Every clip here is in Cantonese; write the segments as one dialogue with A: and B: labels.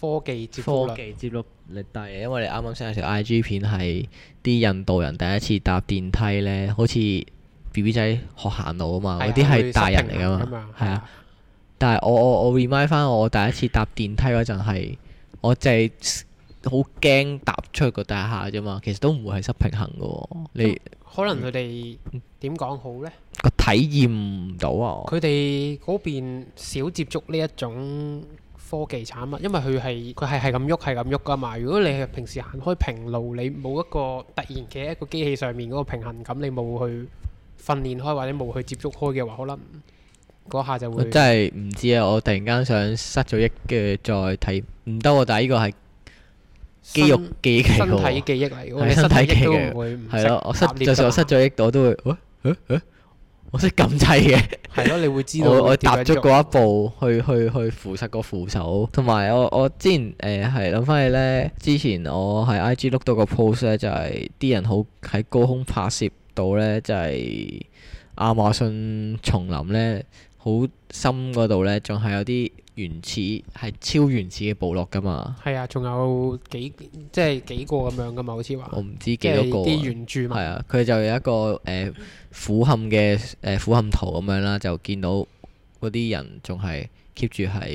A: 科技接觸
B: 科
A: 率。
B: 技接觸力低嘅，因為你啱啱 send 咗條 I G 片係啲印度人第一次搭電梯咧，好似 B B 仔學行路啊嘛，
A: 係啊
B: 嗰啲
A: 會
B: 係
A: 失
B: 大人嚟
A: 平
B: 噶
A: 衡
B: 嘛，
A: 係
B: 係啊。，但係我我我 remind 翻我第一次搭電梯嗰陣係，我就係好驚踏出去個大廈啫嘛，其實都唔會係失平衡嘅喎，你
A: 可能佢哋點講好呢？
B: 個體驗唔到啊，我
A: 佢哋嗰邊少接觸呢一種科技產物，因為佢係佢係係咁喐係咁喐噶嘛。如果你係平時行開平路，你冇一個突然企喺一個機器上面嗰個平衡感，你冇去訓練開或者冇去接觸開嘅話，可能嗰下就
B: 我
A: 會
B: 真係唔知啊，我突然間想失咗憶嘅再睇，唔得喎，但係呢個係肌肉
A: 身
B: 記憶嚟
A: 身
B: 嘅
A: 體
B: 喎。
A: 記憶嚟嘅喎，
B: 係
A: 你
B: 身體
A: 體
B: 記
A: 憶都
B: 憶
A: 唔會唔
B: 係咯，我失
A: 搭 lift
B: 就算我失
A: 㗎嘛
B: 咗益我 都會，喂 誒誒我識撳掣嘅，
A: 係咯，你會知道
B: 我我踏
A: 點樣
B: 出
A: 喐
B: 嗰一步去去去扶實個扶手，同埋我我之前誒係諗翻起咧，之前我喺 I G 碌到個 post 咧，就係啲人好喺高空拍攝到咧，就係亞馬遜叢林咧好深嗰度咧，仲係有啲原始係超原始嘅部落噶嘛，
A: 係啊，仲有幾即係幾個咁樣噶嘛，好似話
B: 我唔哦知幾
A: 即係
B: 多個啊
A: 啲原住民
B: 係啊，佢就有一個誒、呃俯瞰嘅誒、呃俯瞰圖咁樣啦，就見到嗰啲人仲係 keep 住係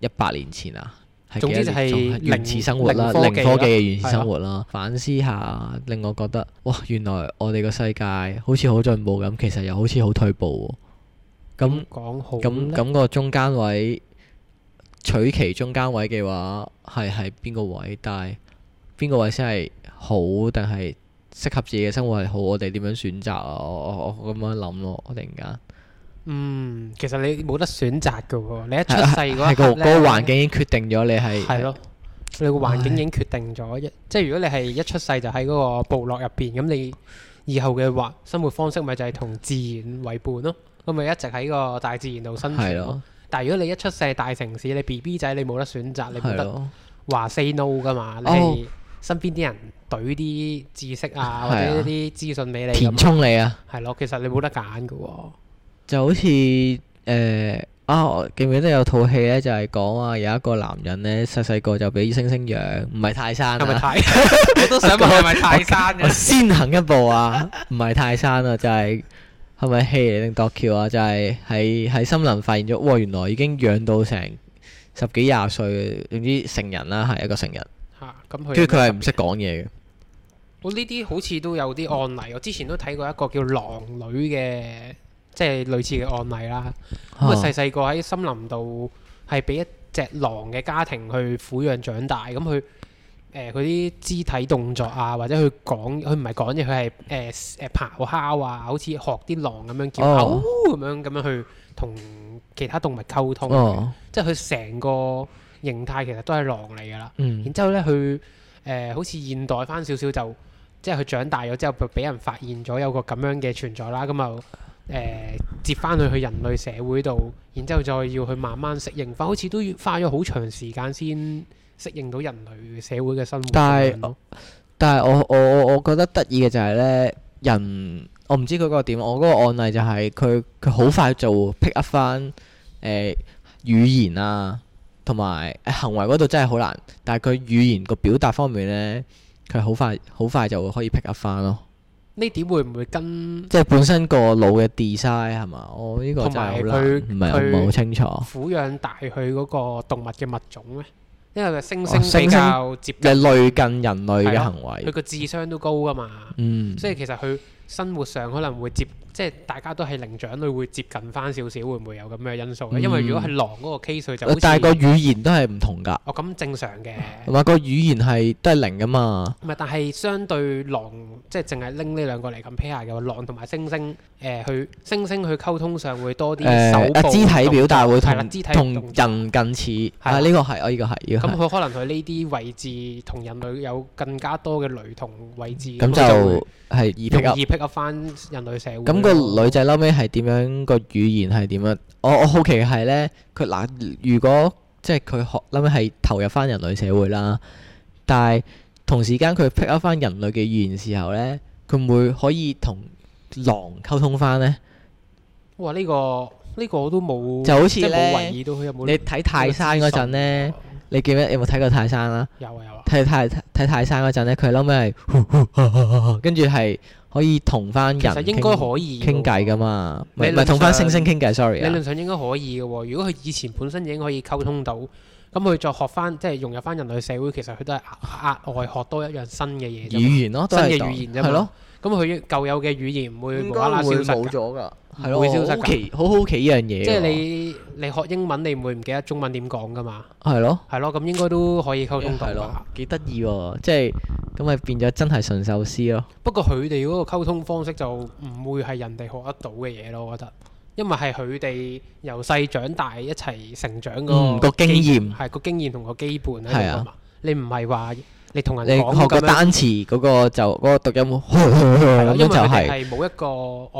B: 一百年前啊，係
A: 總之
B: 幾
A: 就
B: 多年
A: 係
B: 仲係原始
A: 零
B: 生活
A: 零
B: 啦，
A: 科
B: 零
A: 技
B: 科技
A: 啦
B: 嘅原始
A: 係啊
B: 生活啦。反思下，令我覺得哇，原來我哋個世界好似好進步咁，其實又好似好退步喎。咁
A: 講好
B: 咁
A: 咧
B: 咁個中間位取其中間位嘅話，係係邊個位？但係邊個位先係好？定係適合自己嘅生活係好？我哋點樣選擇啊？我我我咁樣諗咯，我突然間
A: 嗯，其實你冇得選擇噶喎，你一 出
B: 係
A: 世嗰一
B: 係個
A: 刻
B: 個
A: 咧
B: 環境已經決定咗你係
A: 係咯，你個環境已經決定咗，一即係如果你係一出世就喺嗰個部落入邊，咁你以後嘅話生活方式咪就係同自然為伴咯，咁咪一直喺個大自然度生
B: 係
A: 存咯
B: 咯。
A: 但係如果你一出世係大城市，你 B B 仔你冇得選擇，你冇
B: 係
A: 得
B: 咯
A: 話 say no 噶
B: 哦
A: 嘛，你係身邊啲人懟啲知識啊
B: 係啊
A: 或者啲資訊俾你
B: 填
A: 咁啊，
B: 充你啊！
A: 係咯，其實你冇得揀噶喎。
B: 就好似誒、呃啊，我記唔記得有套戲咧，就係講啊有一個男人咧細細個就俾星星養，唔係泰山
A: 係咪
B: 啊。
A: 泰？ 我都想問係咪泰山啊
B: 我
A: 嘅？
B: 先行一步啊，唔係泰山啊，就係係咪戲嚟定度橋啊？就係喺喺森林發現咗，哇！原來已經養到成十幾廿歲，總之成人啦，係一個成人。
A: 嚇，咁佢
B: 跟住佢係唔識講嘢嘅，
A: 我呢啲好似都有啲案例，我之前都睇過一個叫狼女嘅，即係類似嘅案例啦。咁
B: 哦
A: 啊細細個喺森林度係俾一隻狼嘅家庭去撫養長大，咁佢誒佢啲肢體動作啊，或者佢講佢唔係講嘢，佢係誒誒咆哮啊，好似學啲狼咁樣叫嗷
B: 哦
A: 咁樣咁樣去同其他動物溝通，
B: 哦，
A: 即係佢成個形態其實都係狼嚟㗎啦。
B: 嗯
A: 然，之後咧，佢誒、呃好似現代翻少少就，即係佢長大咗之後，就俾人發現咗有個咁樣嘅存在啦。咁啊誒接翻去去人類社會度，然之後再要去慢慢適應翻，好似都要花咗好長時間先適應到人類社會嘅生活咁樣咯。
B: 但係但係我我我我覺得得意嘅就係咧，人我唔知佢嗰個點，我嗰個案例就係佢佢好快就 pick up 翻誒、呃、語言啊，同埋呃行為嗰度真係好難，但係佢語言個表達方面咧，佢好快好快就會可以 pick up 翻咯，
A: 呢點會唔會跟
B: 即係本身個腦嘅 design 係嘛？我呢、個真係好
A: 同埋佢
B: 難，唔係我唔係好清楚。
A: 撫養大佢嗰個動物嘅物種咧？因為佢猩
B: 哦
A: 猩
B: 猩
A: 比
B: 猩
A: 較接
B: 你
A: 近，
B: 類近人類
A: 係
B: 嘅
A: 咯
B: 行
A: 佢
B: 為，
A: 個智商都高噶嘛。
B: 嗯，
A: 所以其實佢生活上可能會接，即係大家都係靈長類會接近翻少少，會唔會有咁嘅因素咧？
B: 嗯呃
A: 因為如果係狼嗰個 case 佢就好似
B: 但係個語言都係唔同㗎。
A: 哦咁正常 嘅，
B: 同埋個語言係都係零噶嘛，
A: 唔係但係相對狼即係淨係拎呢兩個嚟 compare 嘅話，狼同埋猩猩誒去猩猩去溝通上會多啲手
B: 誒
A: 部
B: 呃啊肢體表達會
A: 係啦
B: 同
A: 肢體
B: 同
A: 動作
B: 人近似，
A: 係
B: 啊
A: 啦
B: 呢個係，啊呢個係，呢個
A: 咁
B: 係，
A: 佢可能佢呢啲位置同人類有更加多嘅雷同位置，
B: 咁
A: 佢
B: 就係易
A: 會
B: pick up
A: 容。易 pick up 翻人類社會咯。
B: 咁個女仔嬲尾係點樣？個語言係點樣？我我好奇嘅係咧，佢嗱，如果即係佢學嬲尾係投入翻人類社會啦，但係同時間佢 pick up 翻人類嘅語言時候咧，佢會唔會可以同狼溝通翻咧？
A: 哇呢個呢個我都冇
B: 就好似
A: 即係冇
B: 咧
A: 懷疑到佢有冇
B: 你睇泰山嗰陣咧。你記唔記得有冇睇過泰山啦？
A: 有啊有啊，
B: 睇泰睇泰山嗰陣咧，佢嬲尾係 呼呼哈哈哈跟住係可以同翻
A: 其
B: 人
A: 實應該
B: 傾
A: 可以
B: 傾偈
A: 㗎
B: 噶
A: 喎。
B: 嘛，唔
A: 理
B: 係
A: 論
B: 唔係同翻
A: 上
B: 星星傾偈，sorry
A: 理
B: 啊
A: 論，上應該可以嘅喎，如果佢以前本身已經可以溝通到，咁佢再學翻即係融入翻人類社會，其實佢都係額額外學多一樣新嘅嘢啫嘛。
B: 語言咯，都
A: 新
B: 係
A: 嘅語
B: 當
A: 言啫嘛
B: 係咯，
A: 咁佢舊有嘅語言唔會
B: 應
A: 無
B: 該
A: 啦啦消
B: 會
A: 失
B: 冇
A: 㗎，
B: 咗噶，係
A: 唔會
B: 咯，
A: 消失
B: 好
A: 㗎
B: 奇好好奇呢樣嘢喎，
A: 即係你你學英文你唔會唔記得中文點講㗎嘛？
B: 係咯。
A: 係咯，咁應該都可以溝通到吧
B: 係咯，？幾得意喎！即係咁咪變咗真係純壽司咯。
A: 不過佢哋嗰個溝通方式就唔會係人哋學得到嘅嘢咯，我覺得，因為係佢哋由細長大一齊成長嗰
B: 嗯個經驗
A: 係個經驗同個基本喺
B: 係
A: 度
B: 啊
A: 啊嘛。你唔係話你同人
B: 你
A: 講
B: 學
A: 咁
B: 個
A: 樣，
B: 單詞嗰個就嗰個讀音
A: 係
B: 咁
A: 咯
B: 樣
A: 因為
B: 就
A: 佢哋
B: 係
A: 係冇一個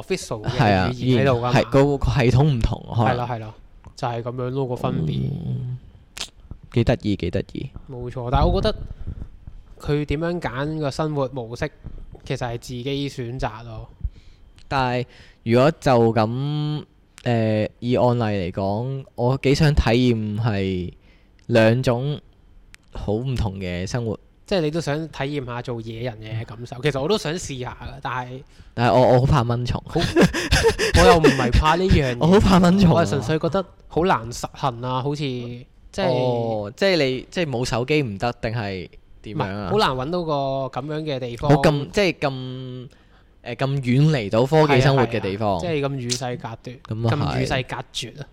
A: official 嘅
B: 係啊，
A: 語言喺度㗎
B: 係
A: 嘛。
B: 嗰個系統唔同，可
A: 係
B: 能
A: 啦係啦，就係咁樣咯個分別。
B: 嗯幾得意幾得意。
A: 冇錯，但係我覺得佢點樣揀個生活模式，其實係自己選擇咯。
B: 但係如果就咁誒以案例嚟講，我幾想體驗係兩種好唔同嘅生活，
A: 即係你都想體驗下做野人
B: 嗯
A: 嘅感受。其實我都想試下㗎，但係
B: 但係我我好怕蚊蟲，
A: 我又唔係怕呢樣
B: 我
A: 嘢，
B: 好怕蚊蟲啊。
A: 我係純粹覺得好難實行啊，好似即係唔
B: 哦，即係你即係冇手機唔得，定係點樣
A: 係
B: 啊
A: 好？難揾到個咁樣嘅地方，
B: 冇咁即係咁誒咁遠離到科技生活嘅
A: 係
B: 地
A: 啊
B: 方，
A: 即係咁與世隔絕，
B: 咁啊
A: 咁與
B: 係，
A: 世隔絕啊！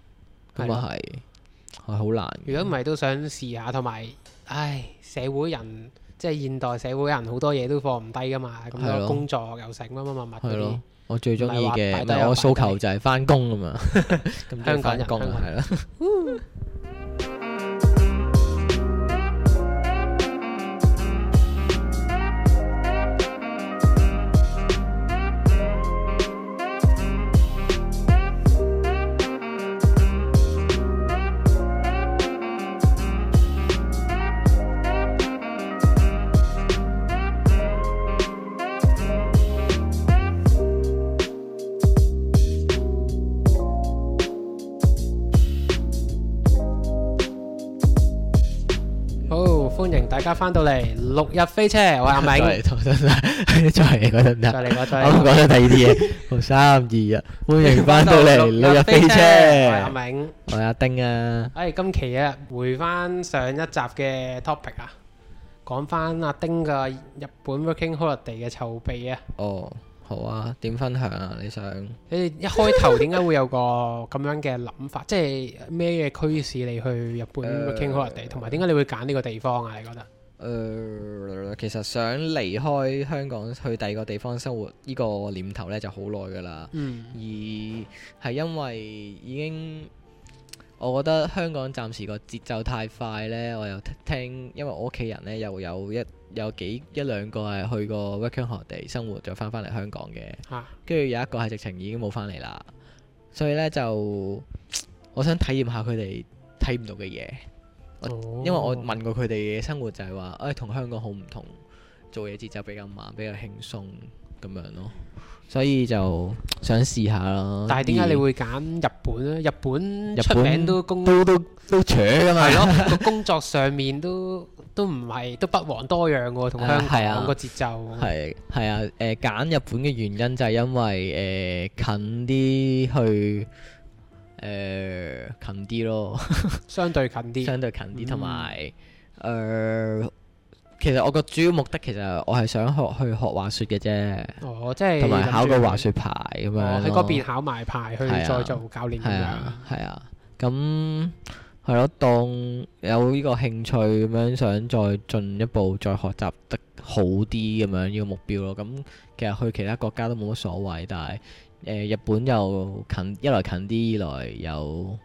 B: 咁啊係，係好難。
A: 如果唔係都想試下，同埋唉，社會人即係現代社會人好多嘢都放唔低㗎嘛，咁
B: 係
A: 多
B: 咯
A: 工作又成乜乜乜乜
B: 係
A: 嗰啲
B: 咯。，我最中意
A: 唔係話
B: 嘅，
A: 擺
B: 唔
A: 低
B: 係我
A: 就
B: 訴
A: 擺低
B: 求就係翻工咁啊，咁
A: 香港人
B: 工
A: 香港
B: 啊係
A: 人
B: 啦。
A: 好，歡迎大家翻到嚟六日飛車，我係阿明，
B: 再嚟多得唔得？再嚟 嗰得唔
A: 再
B: 得？
A: 嚟我再
B: 我
A: 嚟
B: 講
A: 過
B: 咗第二啲嘢， 好三二一，歡迎翻到 嚟六日飛
A: 我係阿
B: 車，
A: 明。
B: 我係阿丁啊。
A: 誒，今期啊，回翻上一集嘅 topic à? 啊，講翻阿丁嘅日本 working holiday 嘅籌備啊。
B: 哦，好啊，點分享啊？你想
A: 你哋一開頭點解會有個咁樣嘅諗法？即係咩嘢驅使你去日本
B: 誒
A: working holiday？同埋點解你會揀呢個地方啊？你覺得？
B: 誒、呃其實想離開香港去第二個地方生活呢個念頭呢就好耐噶啦，
A: 嗯，
B: 而係因為已經我覺得香港暫時個節奏太快呢。我又聽，因為我屋企人呢又有一有幾一兩個係去過 working holiday 生活，再翻返嚟香港嘅。
A: 嚇，
B: 跟住有一個係直情已經冇翻嚟啦，所以呢，就我想體驗下佢哋睇唔到嘅嘢，
A: 因
B: 因為我問過佢哋嘅生活就係話，誒、同香港好唔同，做嘢節奏比較慢，比較輕鬆咁樣咯，所以就想試下啦。
A: 但係點解你會揀日本咧？日本
B: 日
A: 出
B: 本
A: 名都工
B: 而都都都扯㗎嘛？
A: 係咯，個工作上面都都唔係都不遑多讓喎，同
B: 啊
A: 香
B: 係啊
A: 港個節奏。
B: 係係啊，誒、揀日本嘅原因就係因為誒、近啲去誒、近啲咯。
A: 相對近啲，
B: 相對近
A: 嗯
B: 啲，同埋誒，其實我個主要目的其實我係想學去學滑雪嘅啫，
A: 哦，即係
B: 同埋考
A: 諗
B: 個
A: 住
B: 滑雪牌咁樣
A: 哦
B: 咯。
A: 喺嗰邊考埋牌，去
B: 係啊
A: 再做教練咁
B: 係
A: 樣。
B: 啊係啊，咁係咯，當有呢個興趣咁樣，想再進一步再學習得好啲咁樣呢個目標咯。咁其實去其他國家都冇乜所謂，但係誒、呃日本又近，一來近啲，二來又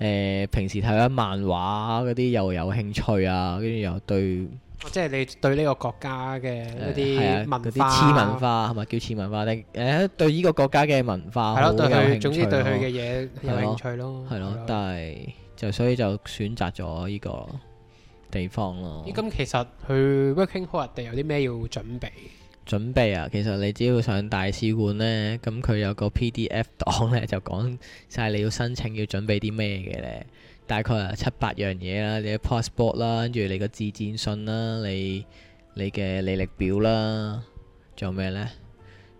B: 誒、平時睇緊漫畫嗰啲又有興趣啊，跟住又對。
A: 哦即係你對呢個國家嘅一
B: 係啊
A: 啲
B: 嗰
A: 文
B: 啲
A: 化，
B: 次文化係咪叫次文化定誒對呢個國家嘅文化
A: 係咯，對
B: 好有
A: 佢
B: 興
A: 總之
B: 趣啊
A: 對
B: 咯
A: 佢嘅嘢有興趣咯。
B: 係咯，但係就所以就選擇咗呢個地方咯。
A: 咦咁其實去 working holiday 有啲咩要準備？
B: 準備啊，其實你只要上大使館呢，咁佢有個 PDF 檔呢，就講晒你要申請要準備啲咩嘅呢。大概啊七八樣嘢啦，你嘅 passport 啦，跟住你個自薦信啦，你你嘅履歷表啦，仲有咩呢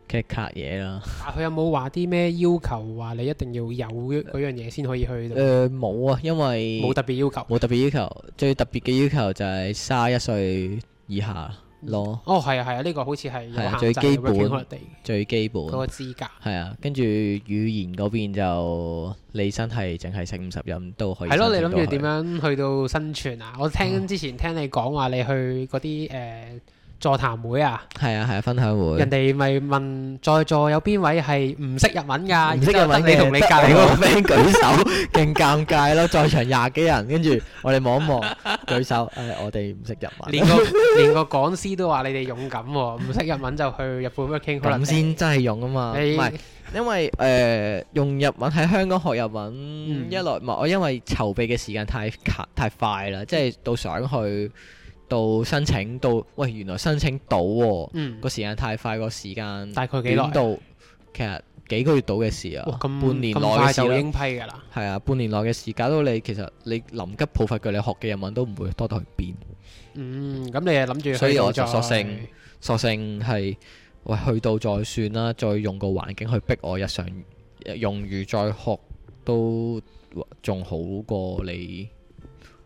B: c a 卡嘢啦。
A: 但啊佢有冇話啲咩要求話你一定要有嗰樣嘢先可以去到？
B: 誒冇、啊，因為
A: 嗯冇特別要求。
B: 冇特別要求，最特別嘅要求就係卅一歲以下咯，
A: 哦，係啊，係啊，呢個好似係有
B: 係啊
A: 限
B: 最
A: 制
B: 基
A: 嘅
B: 本
A: working holiday
B: 最基本
A: 嗰個資格。
B: 係啊。跟住語言嗰邊就你真係淨係識五十音都可以。
A: 係咯，你諗住點？樣去到生存啊？我聽之前聽你講話，你去嗰啲誒座談會啊，
B: 係啊係啊，分享會。
A: 人哋咪問在座有邊位係唔識日文㗎？
B: 唔識日
A: 然
B: 文
A: 之後得你
B: 嘅，
A: 同你隔
B: 得
A: 離
B: 我
A: 嗰
B: 個 friend 舉手，勁尷尬咯！在場廿幾人，跟住我哋 望一望，舉手，誒，我哋唔識日
A: 個，
B: 文，
A: 連個連個講師都話你哋勇敢喎，唔識日文就去日本 working 可能
B: 咁先真係用啊嘛，唔
A: 你
B: 係。因為誒、呃用日文喺香港學日文，
A: 嗯
B: 一來唔係我因為籌備嘅時間太卡太快啦，即係到想去到申請到，喂原來申請到喎、
A: 嗯
B: 個時間太快，個時間
A: 大概幾耐
B: 短？到其實幾個月到嘅事啊
A: 哇，，咁
B: 半年內
A: 咁快
B: 嘅事
A: 就已
B: 啦。
A: 經批㗎啦。
B: 係啊，半年內嘅事搞到你，其實你臨急抱佛腳，你學嘅日文都唔會多到去邊。
A: 嗯，咁你又諗住去
B: 所以
A: 到
B: 我就
A: 再
B: 索性索性係喂去到再算啦，再用個環境去逼我日常用語再學都仲好過你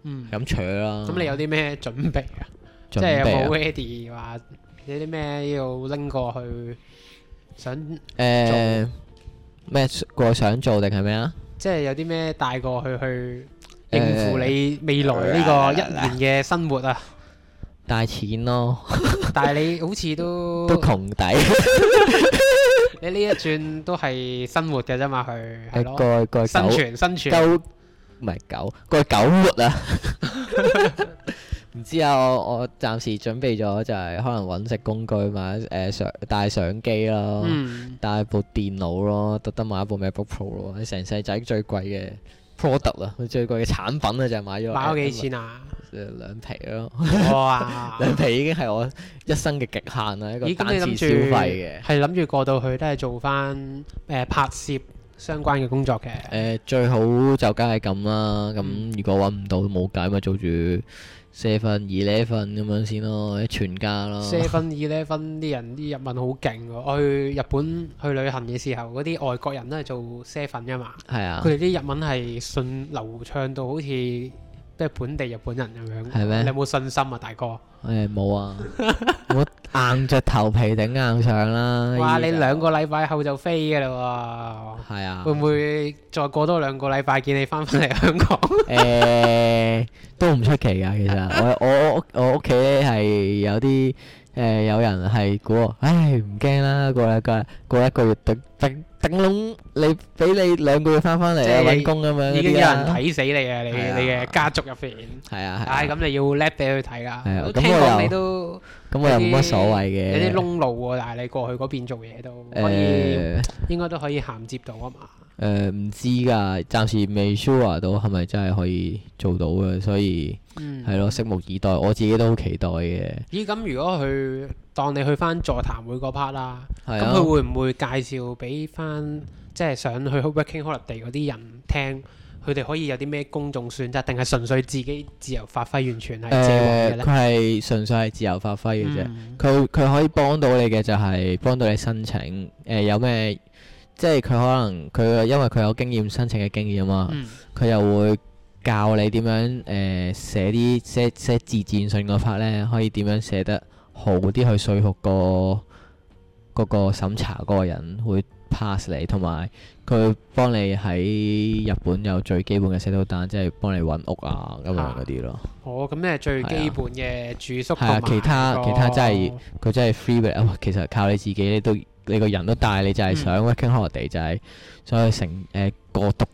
A: 嗯。
B: 咁扯啦。
A: 咁你有啲咩準備啊？即
B: 準
A: 係有
B: 備啊
A: 冇 ready 話有啲咩要拎過去？想
B: 誒咩過想做定係咩啊？
A: 即係有啲咩帶過去去
B: 誒
A: 應付你未來呢個一年嘅生活 啊？
B: 帶錢咯，
A: 但係你好似都
B: 都窮底，
A: 你呢一轉都係生活嘅啫嘛，佢係咯，
B: 個個
A: 生
B: 狗
A: 存生存
B: 狗唔係狗，個狗活啊！唔知啊，我我暫時準備咗就係可能揾食工具買誒相帶相機啦。
A: 嗯
B: 帶部電腦咯，特登買一部 MacBook Pro 咯，你成世仔最貴嘅 product 啦，佢最貴嘅產品啊，就係買咗。
A: 買咗幾？錢啊？
B: 誒兩皮 咯，
A: 哇！
B: 兩皮已經係我一生嘅極限啦，一個
A: 咦，
B: 單
A: 咁你
B: 次
A: 諗
B: 消
A: 住
B: 費嘅。誒、
A: 係諗住過到去都係做翻誒拍攝相關嘅工作嘅。
B: 最好就梗係咁啦，咁如果揾唔到冇計咪做住 seven eleven 咁樣先咯，全家咯。
A: seven eleven 啲人啲日文好勁喎！我去日本去旅行嘅時候，嗰啲外國人都係做 seven 噶嘛，
B: 係啊
A: 佢，哋啲日文係順流暢到好似即係本地日本人咁樣。
B: 係咩
A: 你有冇信心啊，大哥？
B: 誒 冇、啊，我硬着頭皮頂硬上啦。
A: 哇！
B: 呢啲
A: 你
B: 就
A: 兩個禮拜後就飛㗎啦
B: 係哎啊
A: 喎，，會唔會再過多兩個禮拜見你翻返嚟香港？
B: 誒、都唔出奇噶，其實我我我我屋企咧係有啲誒、有人係估我，唉唔驚啦，過一個過一個月等等等窿，你俾你兩個月翻翻嚟
A: 即
B: 啊
A: 係
B: 揾工咁樣嗰
A: 已經有
B: 啲啦
A: 人，睇死你啊！你
B: 係啊
A: 你嘅家族入邊，
B: 係啊係
A: 唉
B: 啊，
A: 咁你要叻俾佢睇啦
B: 係啊。
A: 我
B: 咁
A: 聽
B: 我
A: 講
B: 又
A: 你都〜
B: 咁我又冇乜所謂
A: 有啲
B: 嘅。
A: 窿路喎，但係你過去嗰邊做嘢都可以，
B: 誒
A: 應該都可以銜接到啊嘛。
B: 誒唔知㗎，暫時未 sure 啊到係咪真係可以做到嘅，所以
A: 嗯，
B: 係咯，拭目以待。我自己都好期待嘅，
A: 咦，咁如果去當你去翻座談會嗰 part 啦，
B: 係
A: 咁
B: 啊
A: 佢。會唔會介紹俾翻即係想去 working holiday 嗰啲人聽？佢哋可以有啲咩公眾選擇，定係純粹自己自由發揮，完全係自己玩嘅
B: 誒，佢
A: 咧？
B: 係純粹係自由發揮嘅啫。
A: 嗯
B: 佢佢可以幫到你嘅就係幫到你申請，誒、有咩即係佢可能佢因為佢有經驗申請嘅經驗啊嘛，
A: 嗯
B: 佢又會教你點樣誒、呃寫啲寫寫自薦信嗰 part 咧，可以點樣寫得好啲去說服個嗰個審查嗰個人會 pass 你，同埋佢幫你喺日本有最基本嘅 settle 單，即係幫你揾屋啊咁樣嗰啲咯。
A: 哦，咁咧最基本嘅住宿
B: 係啊
A: 同埋
B: 其他
A: 個
B: 其他真係佢真係 free 俾你啊！其實靠你自己，你都你個人都大，你就係想
A: 嗯
B: working holiday 就係想去成誒個獨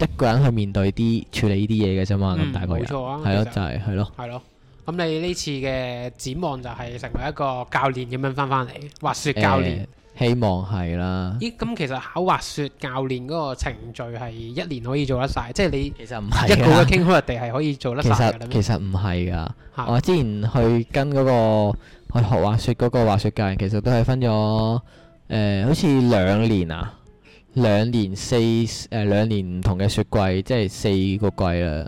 B: 一個人去面對啲處理呢啲嘢嘅啫嘛。咁
A: 嗯
B: 大個
A: 冇
B: 人
A: 錯啊，
B: 係咯，
A: 其實
B: 就係係咯，
A: 係咯。咁你呢次嘅展望就係成為一個教練咁樣翻翻嚟，滑雪教練。
B: 誒希望係啦。
A: 咦，咁其實考滑雪教練嗰個程序係一年可以做得晒，即係你
B: 其實唔
A: 一個
B: 係啊
A: working holiday 係可以做得
B: 其
A: 晒㗎
B: 實
A: 啦咩
B: 其實唔係㗎。
A: 嚇
B: 我之前去跟嗰、個去學滑雪嗰個滑雪教練，其實都係分咗誒、好似兩年啊，兩年四誒、呃、兩年唔同嘅雪櫃，即係四個季啦，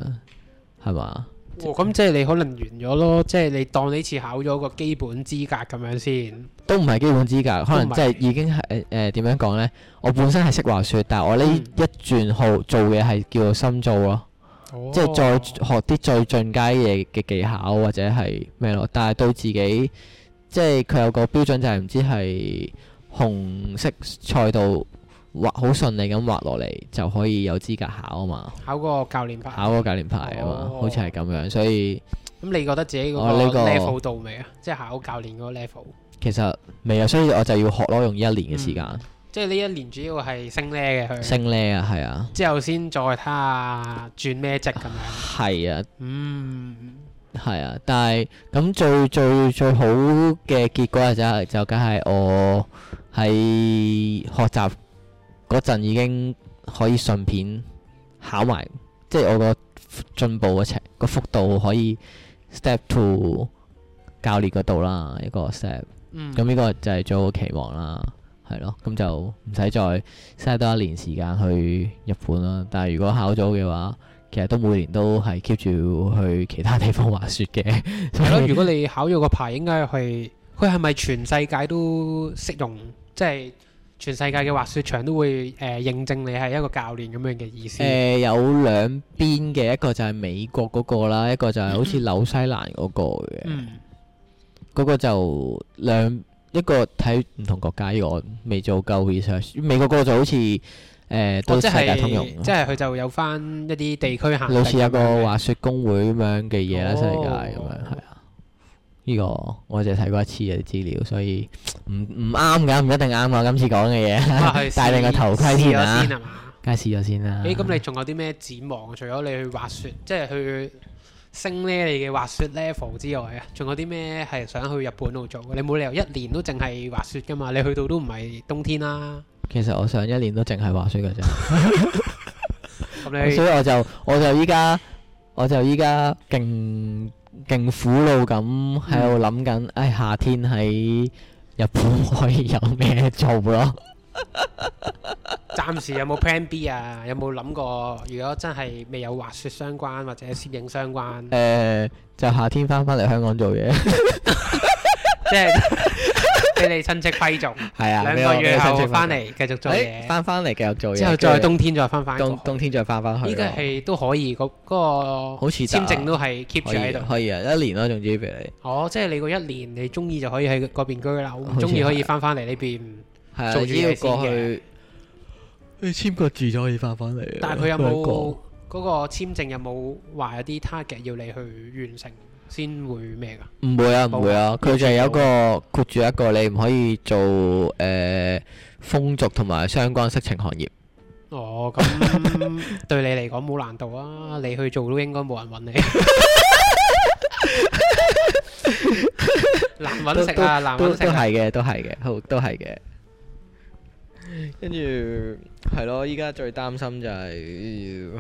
B: 係
A: 哦
B: 嘛？
A: 咁即係你可能完咗咯，即係你當呢次考咗個基本資格咁樣先。
B: 都唔係基本資格，可能
A: 都唔係
B: 即係已經係誒點樣講呢？我本身係識滑雪，但係我呢
A: 嗯
B: 一轉號做嘢係叫做深造咯，
A: 哦
B: 即係再學啲最進階嘅嘅技巧或者係咩咯。但係對自己即係佢有個標準就係唔知係紅色賽道滑好順利咁滑落嚟就可以有資格考啊嘛，
A: 考個教練牌。
B: 考個教練牌啊嘛，
A: 哦
B: 好似係咁樣，所以。
A: 咁你覺得自己嗰
B: 哦呢
A: 個
B: 個
A: level 到未啊？即係考教練嗰個 level。
B: 其實未啊，所以我就要學咯，用一年嘅時間
A: 即係呢一年主要係升呢嘅佢，
B: 升呢啊，係啊，
A: 之後先再睇下轉咩職咁樣。
B: 係啊，
A: 嗯，
B: 係啊，但係咁最最最好嘅結果就係就梗係我喺學習嗰陣已經可以順便考埋，即係我個進步嘅程個幅度可以 step to 教練嗰度啦，一個 step。
A: 嗯，
B: 咁呢個就係最好嘅期望啦，係咯，咁就唔使再嘥多一年時間去日本啦。但係如果考咗嘅話，其實都每年都係 keep 住去其他地方滑雪嘅。
A: 係
B: 所
A: 咯。
B: 以
A: 如果你考咗個牌，應該係佢係咪全世界都適用？即係全世界嘅滑雪場都會誒、呃、認證你係一個教練咁樣嘅意思。
B: 誒、有兩邊嘅，一個就係美國嗰個啦，一個就係好似紐西蘭嗰個嘅。
A: 嗯，
B: 嗰個就兩一個睇唔同國家，呢個我未做夠 research。美國嗰個就好似誒、
A: 哦
B: 都
A: 即
B: 世界通用，
A: 係即係佢就有翻一啲地區限啊定。
B: 類似有 個滑雪公會咁樣嘅嘢啦，世界咁樣
A: 哦
B: 係啊。呢個我就睇過一次嘅資料，所以唔唔啱㗎，唔一定啱㗎。今次講嘅嘢，
A: 咁啊去試
B: 戴定個頭盔
A: 試
B: 先
A: 咗
B: 啊
A: 先係嘛？
B: 梗係試咗先啦。
A: 誒，咁你仲有啲咩展望啊？除咗你去滑雪，即係去升呢你嘅滑雪 level 之外啊，仲有啲咩係想去日本度做嘅？你冇理由一年都淨係滑雪噶嘛？你去到都唔係冬天啦，
B: 其實我上一年都淨係滑雪㗎啫，
A: 咁你
B: 所以我就我就依家我就依家勁勁苦惱咁喺
A: 嗯
B: 度諗緊，唉、夏天喺日本可以有咩做咯？
A: 暫時有冇 plan B 啊？有冇諗過如果真係未有滑雪相關或者攝影相關
B: 誒、，就夏天翻返嚟香港做嘢，
A: 即係 俾你親戚批中
B: 係啊，
A: 兩
B: 俾我
A: 個月後
B: 俾我申請
A: 翻嚟繼續做
B: 誒
A: 嘢，
B: 翻翻嚟繼續做嘢，
A: 之後
B: 跟
A: 再
B: 住
A: 冬天再翻翻
B: 冬
A: 國。
B: 冬天再翻翻去咯。
A: 依家係都可以，嗰嗰個
B: 好似得
A: 簽
B: 啊
A: 證都係 keep 住
B: 可
A: 喺
B: 以
A: 度。
B: 可以啊，一年咯，總之俾
A: 哦，即係你嗰一年你中意就可以喺嗰邊居留，
B: 好似
A: 唔
B: 係
A: 中意可以翻翻嚟呢邊。
B: 你係啊，
A: 做住
B: 只要
A: 嘢先嘅
B: 過去你簽個字就可以翻翻嚟。啊
A: 但係佢有
B: 香港
A: 冇嗰個簽證有冇話有啲 target 要你去完成先會咩㗎？
B: 唔會啊，唔會啊，
A: 冇啊
B: 佢就有一個括住一個你唔可以做誒風俗同埋相關色情行業。
A: 哦，咁對你嚟講冇難度啊！你去做都應該冇人揾你。難揾食啊，難
B: 都
A: 揾食
B: 都
A: 啊！
B: 係嘅，都係嘅，好都係嘅。跟住係咯，依家最擔心就係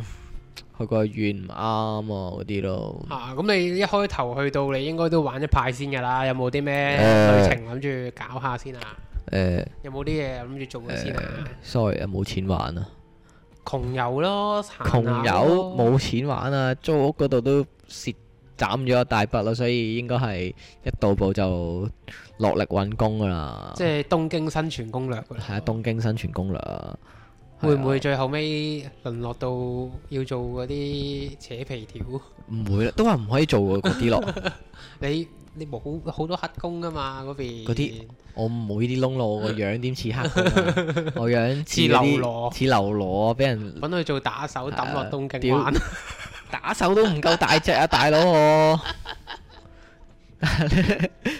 B: 佢個願唔啱啊嗰啲咯。
A: 啊，咁你一開頭去到你應該都玩一派先㗎啦，有冇啲咩
B: 誒
A: 旅程諗住搞下先啊？
B: 誒
A: 有冇啲嘢諗住做嘅先啊？
B: ，sorry 啊，冇錢玩啊，
A: 窮遊咯，
B: 窮
A: 行下
B: 友
A: 咯
B: 冇錢玩啊，租屋嗰度都蝕斬咗一大筆啦，所以應該係一到步就落力揾工噶啦。
A: 即係東京生存攻略㗎啦。
B: 係啊，東京生存攻略啊。
A: 會唔
B: 係
A: 會
B: 啊？
A: 最後尾淪落到要做嗰啲扯皮條？
B: 唔會啦，都話唔可以做嗰 啲咯。
A: 你你冇好多黑工㗎嘛嗰邊？
B: 嗰啲我冇呢啲窿路，我樣點似黑工啊我樣
A: 似
B: 嗰
A: 流
B: 啲
A: 羅，
B: 似流羅，俾人
A: 揾佢做打手抌落東京
B: 屌
A: 玩。
B: 打手都唔夠大隻啊，大佬我。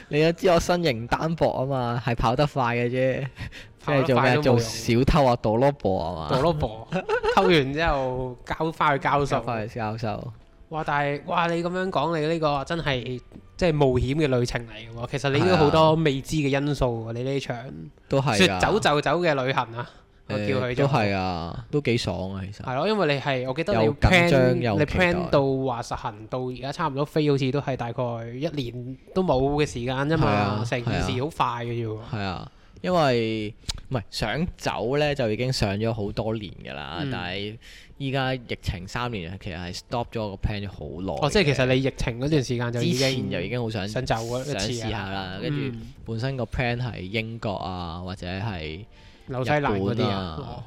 B: 你都知我身形單薄啊嘛，係跑得快嘅啫， 即
A: 跑得
B: 係做
A: 快
B: 咩
A: 都冇
B: 做
A: 用
B: 小偷啊、墮落婆
A: 菠
B: 啊嘛，
A: 蘿 婆偷完之後交翻去交數。
B: 快去教授。
A: 哇！但係哇，你咁樣講，你呢個真係即係冒險嘅旅程嚟嘅喎。其實你
B: 係
A: 都
B: 啊
A: 好多未知嘅因素喎。你呢場
B: 都係
A: 説
B: 㗎
A: 走就走嘅旅行啊，我叫
B: 誒
A: 佢
B: 都
A: 做。
B: 係啊，都幾爽啊，其實。
A: 係咯，因為你係我記得你
B: 又緊張
A: plan
B: 又
A: 你
B: 期待
A: plan 到話實行到而家差唔多飛，好似都係大概一年都冇嘅時間啫
B: 係啊
A: 嘛。成件
B: 係啊
A: 事好快嘅啫喎。
B: 係啊，因為唔係想走咧就已經上咗好多年㗎啦，
A: 嗯
B: 但係依家疫情三年其實係 stop 咗個 plan 咗好耐嘅。
A: 哦，即係其實你疫情嗰段時間就已
B: 之前
A: 經
B: 就已經好想
A: 想走嗰
B: 想
A: 一
B: 試
A: 次
B: 下
A: 啊，
B: 啦，跟住
A: 嗯
B: 本身個 plan 係英國啊或者係。
A: 紐西蘭嗰啲啊，
B: 日本啊
A: 哦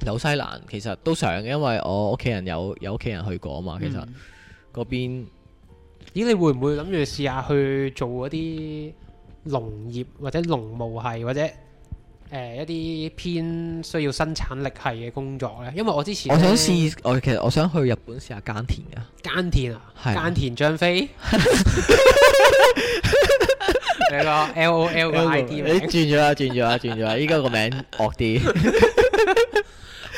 B: 紐西蘭其實都想嘅，因為我屋企人有有屋企人去過啊嘛，其實
A: 嗯
B: 嗰邊
A: 咦，你會唔會諗住試下去做嗰啲農業或者農務系或者誒、呃一啲偏需要生產力係嘅工作呢？因為我之前
B: 我想
A: 呢
B: 試，我其實我想去日本試下耕田啊，
A: 耕田啊，
B: 係啊
A: 耕田張飛， 你個 L O L 個 I D
B: 你
A: 名。
B: 轉咗啦，轉咗啦，轉 咗啦，依家個名惡啲，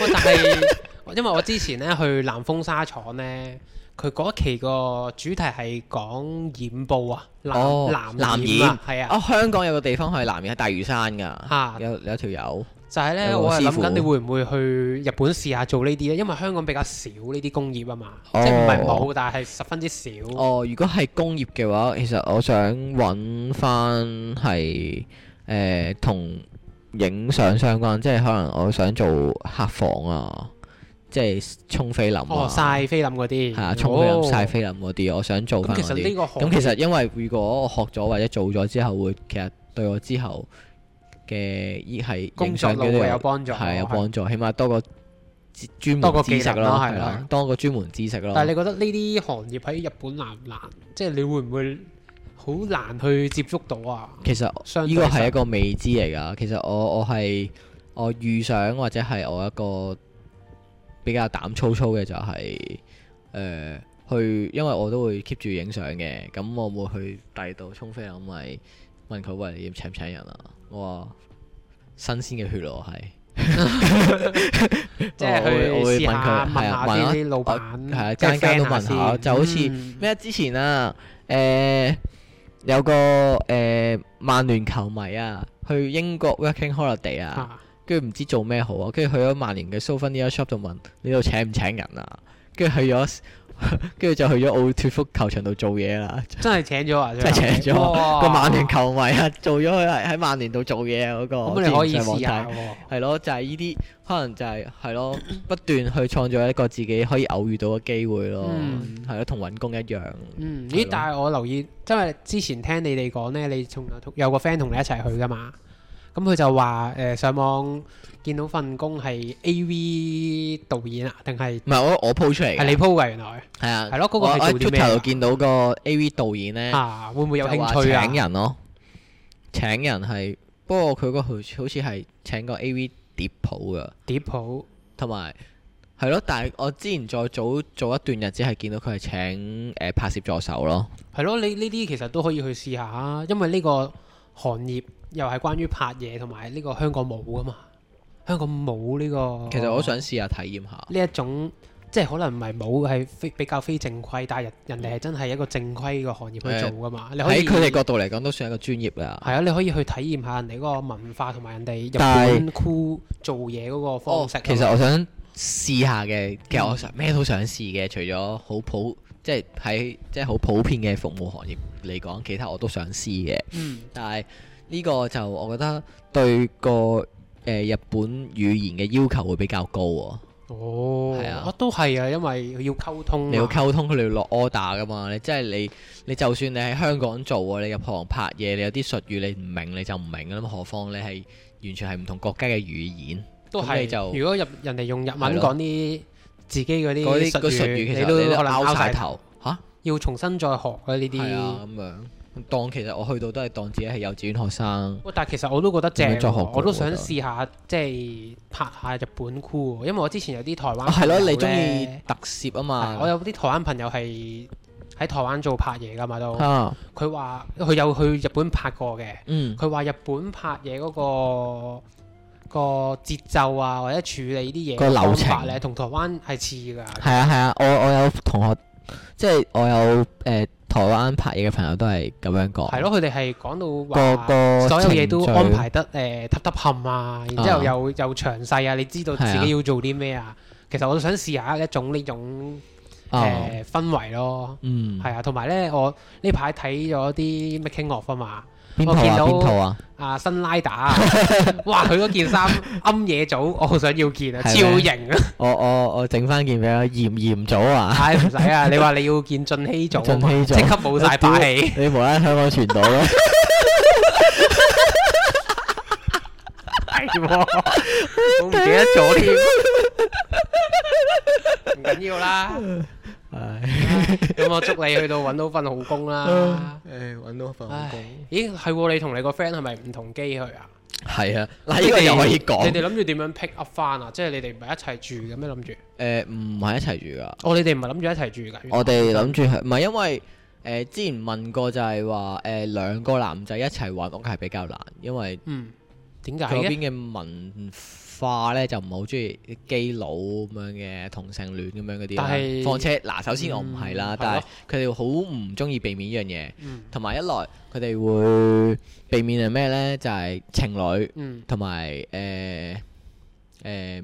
A: 喂，但係因為我之前咧去南豐沙廠咧，佢嗰期個主題係講染布啊，藍、
B: 哦
A: 藍染啊，係啊，
B: 哦，香港有個地方係南面係大嶼山㗎，
A: 嚇、
B: 有有條友，
A: 就係咧，
B: 有個
A: 我係
B: 師
A: 諗
B: 傅
A: 緊你會唔會去日本試下做呢啲咧？因為香港比較少呢啲工業啊嘛，
B: 哦
A: 即係唔係冇，但係十分之少。
B: 哦，如果係工業嘅話，其實我想揾翻係誒同影相相關，即係可能我想做客房啊，即係沖菲林啊。
A: 哦，晒菲林嗰啲，
B: 係啊，沖菲林、
A: 哦
B: 晒菲林嗰啲，我想做翻
A: 咁其
B: 嗰
A: 實呢
B: 啲。
A: 個
B: 咁
A: 行
B: 其實因為如果我學咗或者做咗之後，會其實對我之後嘅依係
A: 工
B: 影
A: 作
B: 相
A: 路
B: 嘅都
A: 會有幫助，啊
B: 係有幫助，起碼多個知專
A: 多個
B: 門
A: 技
B: 知識
A: 能
B: 咯，
A: 咯係
B: 係啦
A: 啦，
B: 多個專門知識咯。
A: 但係你覺得呢啲行業喺日本難唔難？即係你會唔會好難去接觸到 啊？
B: 其實
A: 相對
B: 呢個係一個未知嚟㗎。其實我我係我預想或者係我一個比較膽粗粗嘅就係、呃去，因為我都會 keep 住影相嘅。咁我冇去第二度沖飛啦，我咪問佢喂你請唔請人啊？我話新鮮嘅血咯， 我係。
A: 即係
B: 我會我會
A: 去試
B: 問
A: 下問
B: 佢係
A: 下
B: 啊
A: 啲
B: 問
A: 啲老
B: 我
A: 闆，
B: 係啊
A: 即係
B: 間間都
A: friend
B: 問下
A: 先
B: 就好似
A: 嗯
B: 咩啊？之前啊，誒、有個誒、呃曼聯球迷啊，去英國 working holiday 啊。
A: 啊
B: 跟住唔知做咩好啊，跟住去咗曼聯嘅 souvenir shop 度問呢度請唔請人啊，跟住去咗， 跟住就去咗奧脱福球場度做嘢啦。
A: 真係請咗啊！
B: 真係請咗
A: 咗
B: 個曼聯球迷啊，做咗佢係喺曼聯度做嘢啊嗰個。
A: 哦咁你可以試
B: 下
A: 下。喎。
B: 係咯，就係呢啲，可能就係係咯，不斷去創造一個自己可以偶遇到嘅機會咯
A: 嗯，
B: 係咯，同揾工一樣。
A: 嗯，
B: 係
A: 咦
B: 咯？
A: 但係我留意，因為之前聽你哋講咧，你仲有同有個 friend 同你一齊去噶嘛，咁佢就話誒、呃上網見到份工係 A.V. 導演啊，定係
B: 唔係我我 po 出嚟
A: 係你
B: 嘅，
A: 鋪嘅原來
B: 係啊，
A: 係咯嗰個係
B: 我我喺
A: 做啲咩啊
B: Twitter 度見到個 AV 導演咧。
A: 啊，會唔會有
B: 就話
A: 興趣啊
B: 請？人咯，請人係，不過佢個好好似係請個 A.V. 碟譜噶，
A: 碟鋪
B: 同埋係咯。但係我之前再早早一段日子係見到佢係請誒、呃拍攝助手咯，
A: 係咯，你呢啲其實都可以去試下啊，因為呢個行業又係關於拍嘢同埋呢個香港冇噶嘛，香港冇呢、個。
B: 其實我都想試下體驗下。
A: 呢一種即係可能唔係冇係非比較非正規，但係人人哋係真係一個正規嘅行業去做噶嘛。你可
B: 喺
A: 以
B: 佢哋角度嚟講，都算係一個專業啦。
A: 係啊，你可以去體驗下人哋嗰個文化同埋人哋日
B: 但
A: 本酷做嘢嗰個
B: 哦
A: 方式啊嘛。
B: 其實我想試下嘅，其實我想咩都想試嘅，除咗好普，即係喺即係好普遍嘅服務行業嚟講，其他我都想試嘅。
A: 嗯
B: 但係呢個就我覺得對個誒、呃日本語言嘅要求會比較高喎、
A: 哦，
B: 係啊
A: 我都係啊，因為要溝通
B: 你要
A: 啊，
B: 溝通，佢哋要落 order 噶嘛。你即係你，你就算你喺香港做啊，你入行拍嘢，你有啲術語你唔明，你就唔明啦。何況你係完全係唔同國家嘅語言，
A: 都
B: 咁
A: 係
B: 你就
A: 如果入人哋用日文
B: 係咯
A: 講啲自己嗰
B: 嗰
A: 啲
B: 啲個術
A: 語，
B: 語其實
A: 你
B: 你
A: 都
B: 都
A: 可能
B: 拗
A: 拗晒
B: 晒頭嚇，
A: 要重新再學啊呢
B: 係
A: 啲
B: 啊。咁樣。當其實我去到都係當自己係幼稚園學生，
A: 喂，但係其實我都覺得正
B: 咁樣再學
A: 喎，
B: 過
A: 我都想
B: 我覺得
A: 試下即係拍下日本酷喎，因為我之前有啲台灣
B: 啊係咯、
A: 朋友
B: 你中意
A: 呢
B: 特攝啊
A: 係我
B: 嘛，
A: 有啲台灣朋友係喺台灣做拍嘢噶嘛都，
B: 啊，
A: 佢話佢有去日本拍過嘅，
B: 嗯，
A: 佢話日本拍嘢嗰、個個節奏啊，或者處理啲嘢
B: 個流程
A: 咧，同台灣係似㗎。
B: 係啊係啊，我我有同學，即係我有誒、呃台灣拍嘢嘅朋友都係咁樣講，
A: 係，咯，佢哋係講
B: 個
A: 到話
B: 個
A: 所有嘢都
B: 程序
A: 安排得誒揼揼冚啊，然之後
B: 啊
A: 又又詳細啊，你知道自
B: 係啊
A: 己要做啲咩啊。其實我都想試下一種呢種
B: 啊
A: 誒氛圍咯。
B: 嗯，
A: 係啊，同埋咧，我呢排睇咗啲 making of 啊嘛，
B: 邊
A: 我
B: 套
A: 見
B: 啊？
A: 到
B: 邊套啊？
A: 啊新拉打 啊，哇！佢嗰件衫暗野組，我好想要件啊，超
B: 係咩
A: 型啊！
B: 我我我整翻件俾佢嚴嚴組啊！
A: 唉，唔使啊！你話你要見晉熙組啊嘛，
B: 晉熙
A: 即
B: 組
A: 刻冇晒霸 氣。
B: 你無啦啦香港傳到 咯，
A: 係喎，我唔記得咗 添。唔緊要啦，
B: 唉，
A: 咁我祝你去到揾到份好工 啦。
B: 誒揾到份
A: 唉，咦係喎，你同你個 friend 係咪唔同機去啊？
B: 係啊，嗱呢個又可以
A: 你
B: 講。
A: 哋諗住點樣 pick up 翻啊？即係你哋唔係一齊住嘅咩？諗住？
B: 誒呃唔係一齊住噶，
A: 哦，你哋唔係諗住一齊住㗎？原來
B: 我哋諗住係唔係因為誒之前問過就係話誒兩個男仔一齊揾屋係比較難，因為
A: 嗯，點解
B: 佢嗰
A: 嘅？
B: 邊嘅文化咧就唔係好中意啲基佬咁樣嘅同性戀咁樣嗰啲啦。
A: 但係
B: 況且嗱，首先我唔係啦，
A: 嗯
B: 但
A: 係
B: 係佢哋好唔中意避免呢樣嘢，
A: 嗯
B: 同埋一來佢哋會避免係咩咧？就係、情侶
A: 嗯
B: 同埋誒誒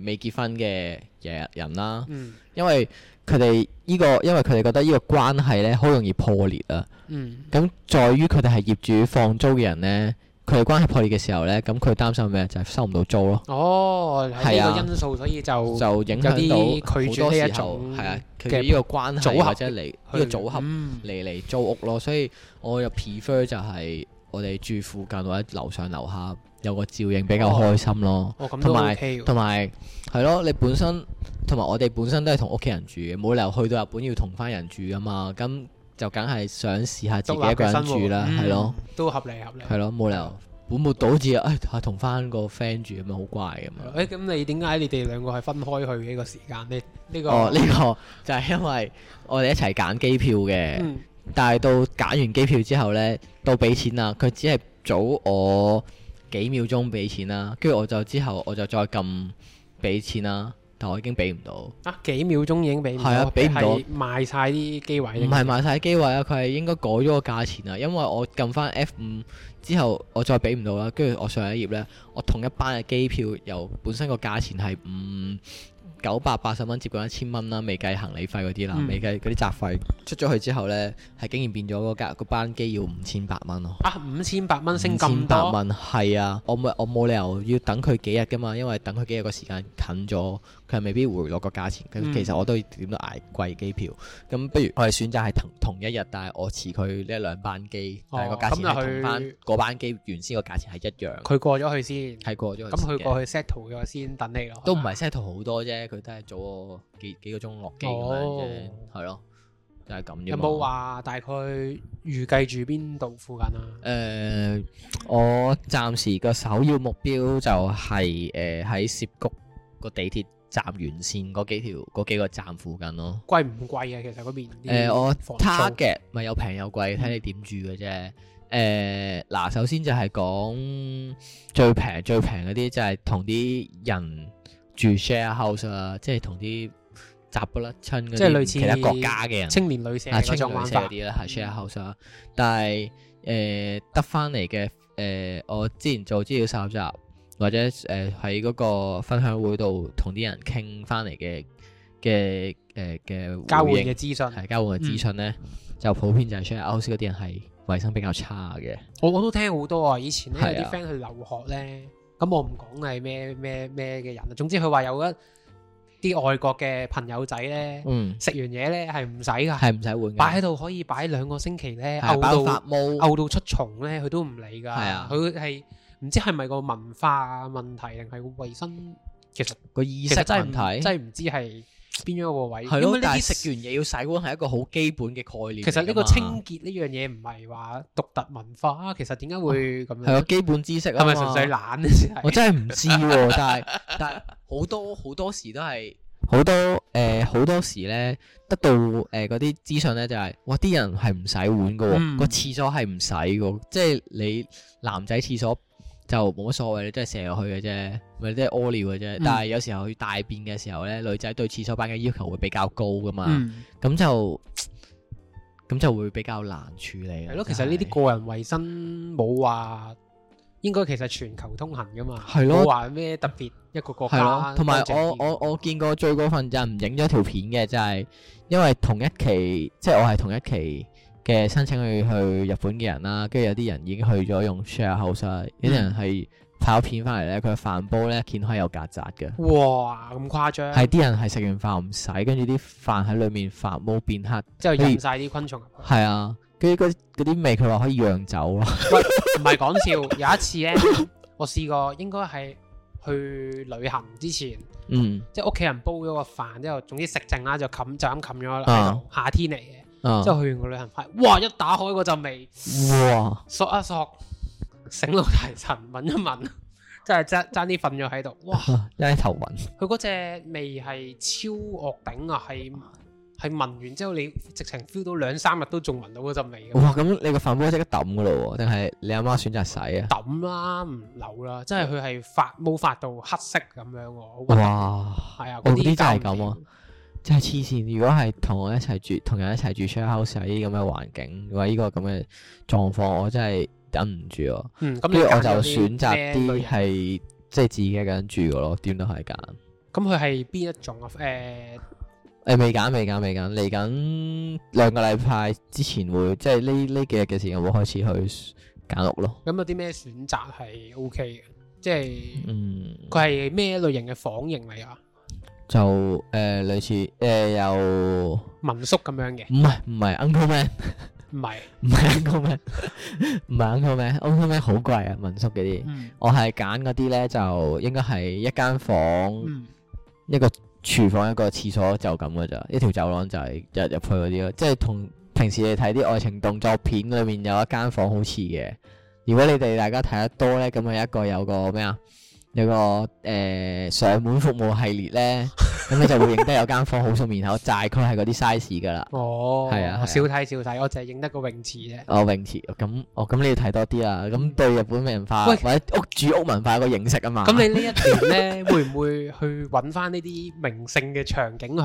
B: 未結婚嘅人人啦，
A: 嗯
B: 因為佢哋呢個因為佢哋覺得呢個關係咧好容易破裂啊。
A: 嗯
B: 咁在於佢哋係業主放租嘅人咧，佢哋關係破裂嘅時候咧，咁佢擔心咩？就係、收唔到租咯，
A: 哦，係
B: 係
A: 呢
B: 啊
A: 個因素，所以就
B: 就影響到
A: 有啲
B: 好
A: 拒絕
B: 多
A: 呢一
B: 時候
A: 種
B: 係啊，佢
A: 嘅
B: 哋呢個關
A: 組
B: 係
A: 合
B: 或者嚟呢
A: 去
B: 個組合
A: 嗯
B: 嚟嚟租屋咯，所以我又 prefer 就係我哋住附近或者樓上樓下有個照應比較開心咯，
A: 哦咁都
B: 同埋
A: OK 喎。
B: 同埋係咯，你本身同埋我哋本身都係同屋企人住嘅，冇理由去到日本要同翻人住噶嘛，咁就梗係想試下自己
A: 獨立
B: 一個
A: 嘅
B: 人
A: 生活
B: 住啦，係咯、，
A: 嗯都合理合理。
B: 係咯，冇理由本末倒置啊！唉，同翻個 friend 住咁樣好怪咁樣。
A: 誒，咁你點解你哋兩個係分開去嘅呢個時間？呢呢個
B: 哦，呢個就係因為我哋一齊揀機票嘅，
A: 嗯
B: 但係到揀完機票之後呢，到俾錢啦，佢只係早我幾秒鐘俾錢啦，跟住我就之後我就再撳俾錢啦，但我已經俾唔到，唔
A: 啊幾秒鐘已經俾唔到，
B: 係啊俾唔到
A: 係賣晒啲機位定，
B: 係賣晒機位啊，佢係應該改咗個價錢啊，因為我撳翻 F 五之後我再俾唔到啦，跟住我上一頁呢，我同一班嘅機票由本身個價錢係五九百八十蚊接近一千蚊啦，未計行李費嗰啲啦，
A: 嗯
B: 未計嗰啲雜費，出咗去之後呢，係竟然變咗嗰架嗰班機要五千八蚊咯。
A: 啊五千八蚊升
B: 五
A: 咁
B: 千八
A: 多，
B: 蚊係啊，我冇我冇理由要等佢幾日噶嘛，因為等佢幾日個時間近咗，佢未必回落個價錢。咁、
A: 嗯
B: 其實我都點都捱貴機票，咁不如我哋選擇係同同一日，但係我遲佢呢一兩班機，但係個價錢
A: 哦咁就
B: 係
A: 去
B: 同翻嗰班機原先個價錢係一樣，
A: 佢過咗去先，
B: 係過咗
A: 咁佢
B: 過
A: 過去 settle 咗先等你咯，
B: 都唔係 set 好多啫，佢都係早我幾幾個鐘落機咁樣啫，係咯、就係咁啫
A: 哦有
B: 嘛。
A: 冇話大概預計住邊度附近啊？
B: 誒、呃我暫時個首要目標就係誒喺涉谷個地鐵站沿線嗰幾條嗰幾個站附近咯。
A: 貴唔貴啊？其實嗰邊
B: 誒、
A: 啲
B: 我
A: 房租
B: target 咪有平有貴，睇你點住嘅啫。誒、嗱，首先就係講最平最平嗰啲，就係同啲人住 share house 啊，即係同啲雜不甩親嗰
A: 即係類
B: 啲
A: 似
B: 其他國家嘅人。
A: 青年旅社
B: 啊，
A: 嗰
B: 清
A: 種
B: 旅
A: 玩
B: 社嗰
A: 法，嗯
B: 啲啦，係 share house 啦。但係誒得翻嚟嘅誒，我之前做資料搜集或者誒喺嗰個分享會度同啲人傾翻嚟嘅嘅誒嘅
A: 交換
B: 回
A: 嘅
B: 應
A: 資訊。
B: 係交換嘅資訊咧，就普遍就係 share house 嗰啲人係衞生比較差嘅。
A: 我我都聽好多啊！以前咧
B: 係啊
A: 有啲 friend 去留學咧，咁我唔講係咩咩咩嘅人啦。總之佢話有一啲外國嘅朋友仔咧，
B: 嗯，
A: 食完嘢咧係唔使㗎，
B: 係唔使換嘅，
A: 擺喺度可以擺兩個星期咧，
B: 係
A: 漚
B: 包
A: 到
B: 發毛，
A: 漚到出蟲咧，佢都唔理㗎。
B: 係啊
A: 佢係唔知係咪個文化問題定係個衞生，其實
B: 個意
A: 其
B: 識
A: 實真係
B: 問
A: 唔
B: 題。
A: 真係唔知係邊一個位。
B: 係
A: 因
B: 咯
A: 為，呢
B: 但
A: 啲
B: 係食完嘢要洗碗係一個好基本嘅概念嚟㗎嘛。
A: 其實呢個清潔呢樣嘢唔係話獨特文化，其實點解會咁
B: 係個
A: 樣？
B: 基本知識啊
A: 係咪
B: 嘛
A: 純粹懶咧？先
B: 我
A: 係
B: 真係唔知喎， 但係但係好多好多時都係好多誒好、多時咧得到誒嗰啲資訊咧就係、哇啲人係唔洗碗嘅喎，
A: 嗯
B: 個廁所係唔洗嘅喎，即係你男仔廁所就冇乜所謂，你真係射落去嘅啫，咪即係屙尿嘅啫。
A: 嗯
B: 但係有時候去大便嘅時候咧，女仔對廁所板嘅要求會比較高噶嘛，
A: 嗯
B: 咁、就咁就會比較難處理啦。
A: 係咯，其
B: 真
A: 實呢
B: 係
A: 啲個人衞生冇話應該其實全球通行噶嘛，
B: 係咯
A: 冇話咩特別一個國
B: 係咯
A: 家，
B: 同埋
A: 多謝
B: 我
A: 啲
B: 我我見過最過分就係唔影咗條片嘅，就係、因為同一期，即係我係同一期嘅申請去去日本嘅人啦，跟住有啲人已經去咗用 share house
A: 嗯
B: 啦，有啲人係拍咗片翻嚟咧，佢飯煲咧見開有曱甴嘅，
A: 啊哇咁誇張，
B: 係啲人係食完飯唔洗，跟住啲飯喺裡面發毛變黑，
A: 之後印晒啲昆蟲入去。
B: 係啊，跟住嗰嗰啲味佢話可以釀酒咯，
A: 唔係講笑，有一次咧， 我試過應該係去旅行之前，
B: 嗯
A: 即係屋企人煲咗個飯之後，總之食剩啦就冚就咁冚咗喺
B: 啊
A: 度。夏天嚟嘅，
B: 啊
A: 之，後去完個旅行翻，哇！一打開嗰陣味，
B: 哇，
A: 索一索，醒腦提神，聞一聞， 真係爭爭啲瞓咗喺度。哇！
B: 一係頭暈，
A: 佢嗰只味係超惡頂啊，係係聞完之後你直情 feel 到兩三日都仲聞到嗰陣味咁。
B: 哇！咁你個飯煲即刻抌噶咯喎，定係你阿媽選擇洗啊？
A: 抌啦，唔扭啦，即係佢係發毛發到黑色咁樣喎，好核突
B: 哇！
A: 係啊，
B: 我
A: 嗰
B: 嗰啲真係
A: 搞唔
B: 咁啊
A: 掂，
B: 真係黐線。如果係同我一齊住，同人一齊住 share house 喺呢啲咁嘅環境，或者呢個咁嘅狀況，我真係忍唔住咯。
A: 嗯，咁
B: 跟
A: 你
B: 住我就
A: 揀咗
B: 選擇
A: 咩類
B: 啲
A: 型
B: 係即係自己一個人住嘅咯，點都係揀。
A: 咁佢係邊一種啊？誒，
B: 誒未揀，未揀，未揀，嚟緊兩個禮拜之前會，即係呢呢幾日嘅時間會開始去揀屋咯。
A: 咁有啲咩選擇係 O K 嘅？即係
B: 嗯，
A: 佢係咩類型嘅房型嚟啊？
B: 就誒、呃、類似誒、呃、又
A: 民宿咁樣嘅，
B: 唔係唔係 Uncle Man。
A: 唔係，
B: 唔係 Uncle Man，唔係 Uncle Man，Uncle Man 好貴啊，民宿嗰啲。
A: 嗯
B: 我係揀嗰啲咧，就應該係一間房、
A: 嗯，
B: 一個廚房、一個廁所就咁嘅咋，一條走廊就係入入去嗰啲咯。即係同平時你睇啲愛情動作片裏面有一間房好似嘅。如果你哋大家睇得多咧，咁係一個有個咩啊？有個誒、呃上門服務系列 咧，咁你就會認得有間房好熟面口，大概係嗰啲 size 噶啦。
A: 哦，
B: 係啊係啊
A: 我少睇少睇，我淨係認得個泳池啫。
B: 哦，泳池咁，哦咁你要睇多啲啊，咁對日本文化
A: 喂
B: 或者屋住屋文化有個認識啊嘛。
A: 咁你呢 一年咧，會唔會去揾翻呢啲名勝嘅場景去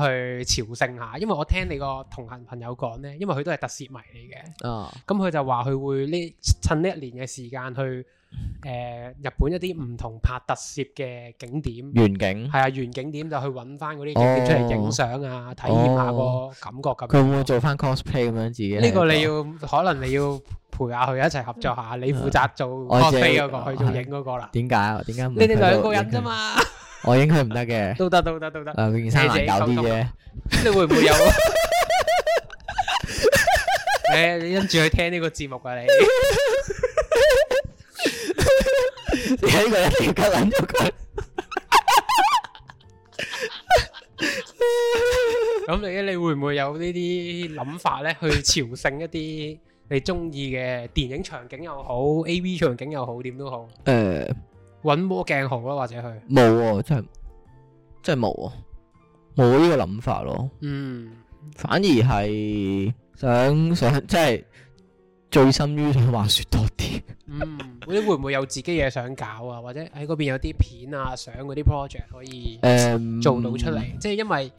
A: 朝聖下？因為我聽你個同行朋友講咧，因為佢都係特攝迷嚟嘅。
B: 啊，
A: 咁佢就話佢會呢趁呢一年嘅時間去誒、呃日本一啲唔同拍特攝嘅景點，
B: 園景，
A: 係啊原景點就去揾翻嗰啲景
B: 哦
A: 點出嚟影相啊，體驗下個感覺咁
B: 佢會唔
A: 樣。
B: 會做翻 cosplay 咁樣自己？
A: 呢個你要可能你要陪下佢一齊合作下，你負責做
B: 我自己
A: cosplay 嗰個，佢做影嗰個啦。
B: 點解啊？點解唔
A: 你哋
B: 佢
A: 兩個
B: 做
A: 人啫
B: 影佢？
A: 嘛，
B: 我影佢唔 得嘅，
A: 都得都得都得。
B: 誒件衫難搞啲啫。
A: 你會唔會有？誒，你跟住去聽呢個節目啊！你
B: 呢個一定要吉撚 咗佢。
A: 咁你你會唔會有呢啲諗法咧？去朝聖一啲 你中意嘅電影場景又好，A V 場景又好，點都好，
B: 誒
A: 揾魔鏡號咯，或者去，
B: 冇喎，真係真係冇喎，冇呢個諗法咯。
A: 嗯，
B: 反而係想想即係最深於想滑雪多 啲。
A: 嗯，你會唔會有自己嘢想搞啊？或者喺嗰邊有啲片啊、相嗰啲 project 可以
B: 誒、
A: 做到出嚟？即係因為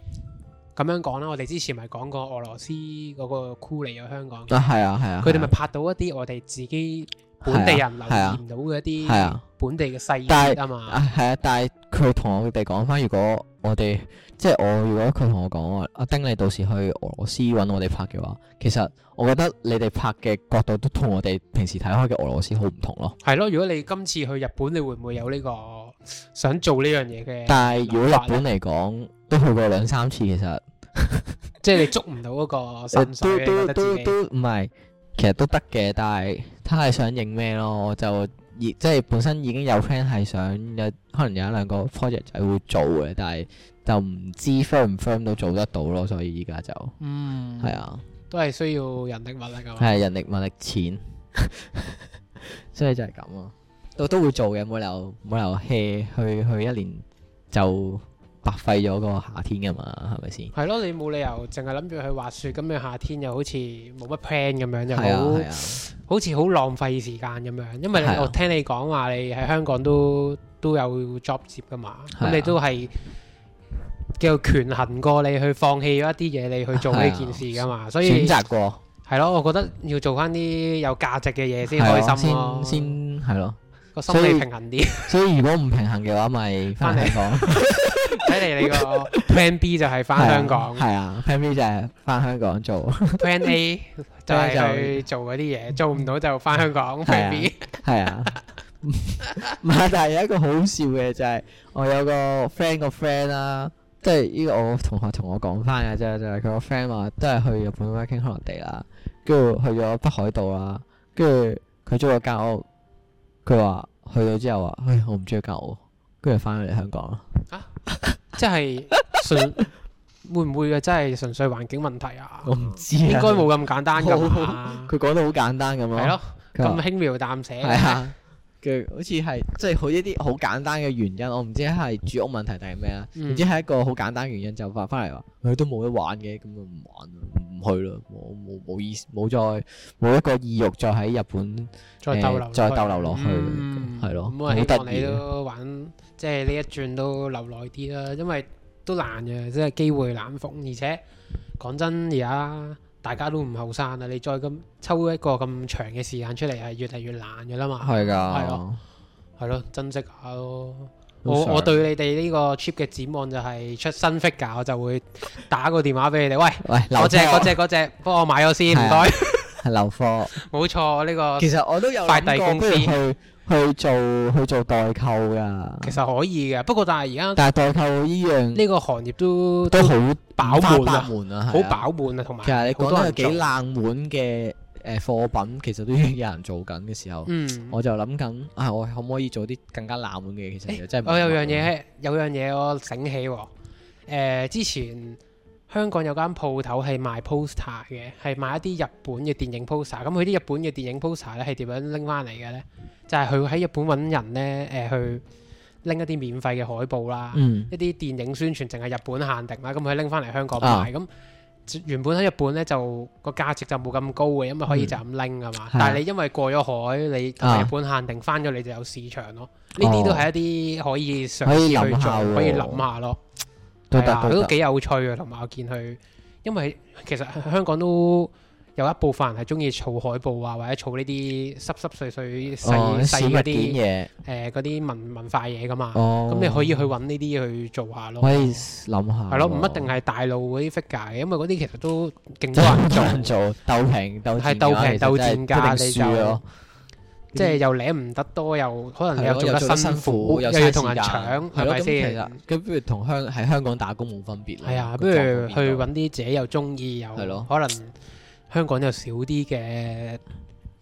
A: 咁樣講啦，我哋之前咪講過俄羅斯嗰個酷嚟咗香港嘅，
B: 啊，係啊，係啊，
A: 佢哋咪
B: 係啊
A: 拍到一啲我哋自己本地人留
B: 係啊
A: 言到嘅一
B: 係
A: 啲
B: 啊，
A: 本地嘅細
B: 但係
A: 節啊嘛。
B: 啊係啊，但係佢同我哋講翻，如果我哋即係我，如果佢同我講話，阿丁你到時去俄羅斯揾我哋拍嘅話，其實我覺得你哋拍嘅角度都同我哋平時睇開嘅俄羅斯好唔同咯。
A: 係咯，如果你今次去日本，你會唔會有呢、個 想做呢樣嘢嘅？
B: 但係如果日本嚟講，都去過兩三次，其實。
A: 即係你捉唔到嗰個
B: 誒
A: 心
B: 呃
A: 水，
B: 都
A: 你覺
B: 都
A: 得自
B: 都
A: 己
B: 都唔係，其實都得嘅，但係睇下你想影咩咯。我就已即係本身已經有 plan 係想有可能有一兩個 project 仔會做嘅，但係就唔知 firm 唔 firm 到做得到咯。所以依家就
A: 嗯，
B: 係啊，
A: 都係需要人力物力㗎嘛。
B: 係人力物力錢， 所以就係咁咯。都都會做嘅，冇理由冇理由 hea 去去一年就白費咗個夏天㗎嘛，係咪先？
A: 係咯，你冇理由淨係諗住去滑雪，咁樣夏天又好似冇乜 plan 咁樣，就
B: 係啊係
A: 好
B: 啊，
A: 好似好浪費時間咁樣。因為你
B: 係啊
A: 我聽你講話，你喺香港都都有 job 接㗎嘛，
B: 係啊
A: 咁你都係叫權衡過你去放棄咗一啲嘢，你去做呢件事㗎嘛，所以
B: 選。擇過。
A: 係咯，我覺得要做翻啲有價值嘅嘢先
B: 係
A: 開
B: 咯
A: 心咯。
B: 先先係咯，
A: 個心理平衡 啲。
B: 所以如果唔平衡嘅話，咪翻
A: 返嚟
B: 香港。
A: 睇嚟你個 Plan B 就係翻香港
B: 係啊，Plan B 就係翻香港做，
A: ，Plan A 就
B: Plan A
A: 係去做嗰啲嘢，做唔到就翻香港
B: 係
A: ，Plan
B: 啊
A: B
B: 係啊。唔係，但係有一個好笑嘅就係我有個 friend 個 friend 啦，即係呢個我同學同我講翻嘅啫，就係佢個 friend 話都係去日本 working holiday 啦，跟住去咗北海道啦，跟住佢租咗間屋，佢話去咗之後話，唉，我唔中意間屋，跟住翻嚟香港啦。
A: 即係純會唔會啊？真係純粹環境問題啊？
B: 我唔知啊，
A: 應該冇咁簡單㗎嘛。
B: 佢講得好簡單咁咯。
A: 係咯，
B: 佢話
A: 咁輕描淡寫。
B: 係 啊，佢好似係即係好一啲好簡單嘅原因，我唔知係住屋問題定係咩啦，
A: 嗯
B: 唔知係一個好簡單原因就發翻嚟話，佢都冇得玩嘅，咁就唔玩啦，唔去啦，冇冇冇意思，冇再冇一個意欲再喺日本
A: 再
B: 誒
A: 逗留，
B: 再逗留落去，
A: 嗯
B: 係咯，
A: 咁
B: 好
A: 啊，希望
B: 得
A: 你
B: 意啊，
A: 都玩，即係呢一轉都留耐啲啦，因為都難嘅，即係機會難逢，而且講真，而家大家都唔後生啦，你再咁抽一個咁長嘅時間出嚟，係越嚟越難嘅啦嘛，
B: 係
A: 係
B: 㗎
A: 咯，係咯，珍惜下咯。
B: 好
A: 我
B: 想
A: 我對你哋呢個 chip 嘅展望就係出新 figure，我就會打個電話俾你哋。喂，
B: 喂，留
A: 嗰只
B: 貨
A: 嗰只嗰只，幫我買咗先，唔
B: 係啊
A: 該。
B: 係留貨。
A: 冇錯，呢個
B: 其實我都有
A: 快
B: 諗
A: 遞
B: 過，
A: 公
B: 不如
A: 司
B: 去去做去做代購㗎，
A: 其實可以嘅，不過但係而家。
B: 但係代購呢樣。
A: 呢個行業都
B: 都好
A: 飽
B: 滿
A: 滿啊
B: 滿啊，
A: 好
B: 係啊。
A: 飽滿啊，同埋
B: 其實你
A: 好多
B: 講得
A: 人
B: 有幾
A: 做
B: 冷門嘅誒貨品，其實都已經有人做緊嘅時候，
A: 嗯，
B: 我就諗緊啊，我可唔可以做啲更加冷門嘅嘢？其實又真係冇
A: 我有樣
B: 乜
A: 嘢有樣嘢我醒起喎，誒之前香港有間鋪頭係賣 poster 嘅，係賣一啲日本嘅電影 poster。咁佢啲日本嘅電影 poster 咧係點樣拎翻嚟嘅呢？就係佢喺日本揾人呢，誒、去拎一啲免費嘅海報啦。
B: 嗯
A: 一啲電影宣傳淨係日本限定啦，咁佢拎翻嚟香港
B: 啊
A: 賣，咁、原本喺日本呢，就個價值就冇咁高嘅，因為可以就咁拎啊嘛。
B: 嗯係啊
A: 但係你因為過咗海，你同
B: 啊
A: 日本限定翻咗，你就有市場咯。呢啲都係一啲可以嘗
B: 哦可
A: 試
B: 以諗
A: 去做
B: 下，喎
A: 可以諗下咯。
B: 都
A: 係
B: 得
A: 啊
B: 都
A: 都
B: 得
A: 幾有趣嘅，同埋我見佢，因為其實香港都。有一部分人係中意儲海報啊，或者儲呢啲濕濕碎碎
B: 哦
A: 細
B: 啲小
A: 細嗰
B: 物
A: 啲
B: 件
A: 誒嗰啲文文化嘢噶嘛
B: 嘢，。哦，
A: 咁你可以去揾呢啲去做下咯。
B: 可以諗下喎，
A: 係咯，唔一定係大路嗰啲 figure 嘅，因為嗰啲其實都勁多
B: 真係
A: 人
B: 好
A: 做，
B: 難做鬥平鬥
A: 係鬥平鬥賤價
B: 你
A: 你
B: 就咯
A: 就，即係又舐唔得多，又可能
B: 係
A: 又
B: 咯
A: 做得
B: 做得
A: 辛苦，
B: 又
A: 又
B: 嘥
A: 要同
B: 時
A: 人
B: 間
A: 搶，
B: 係
A: 係
B: 咯
A: 咪
B: 咁其
A: 先
B: 實？嗯咁不如同香喺香港打工冇分別啦。
A: 係啊，
B: 個
A: 不如
B: 狀況變
A: 去
B: 咗
A: 揾啲自己又中意又
B: 係咯
A: 可能香港有少啲嘅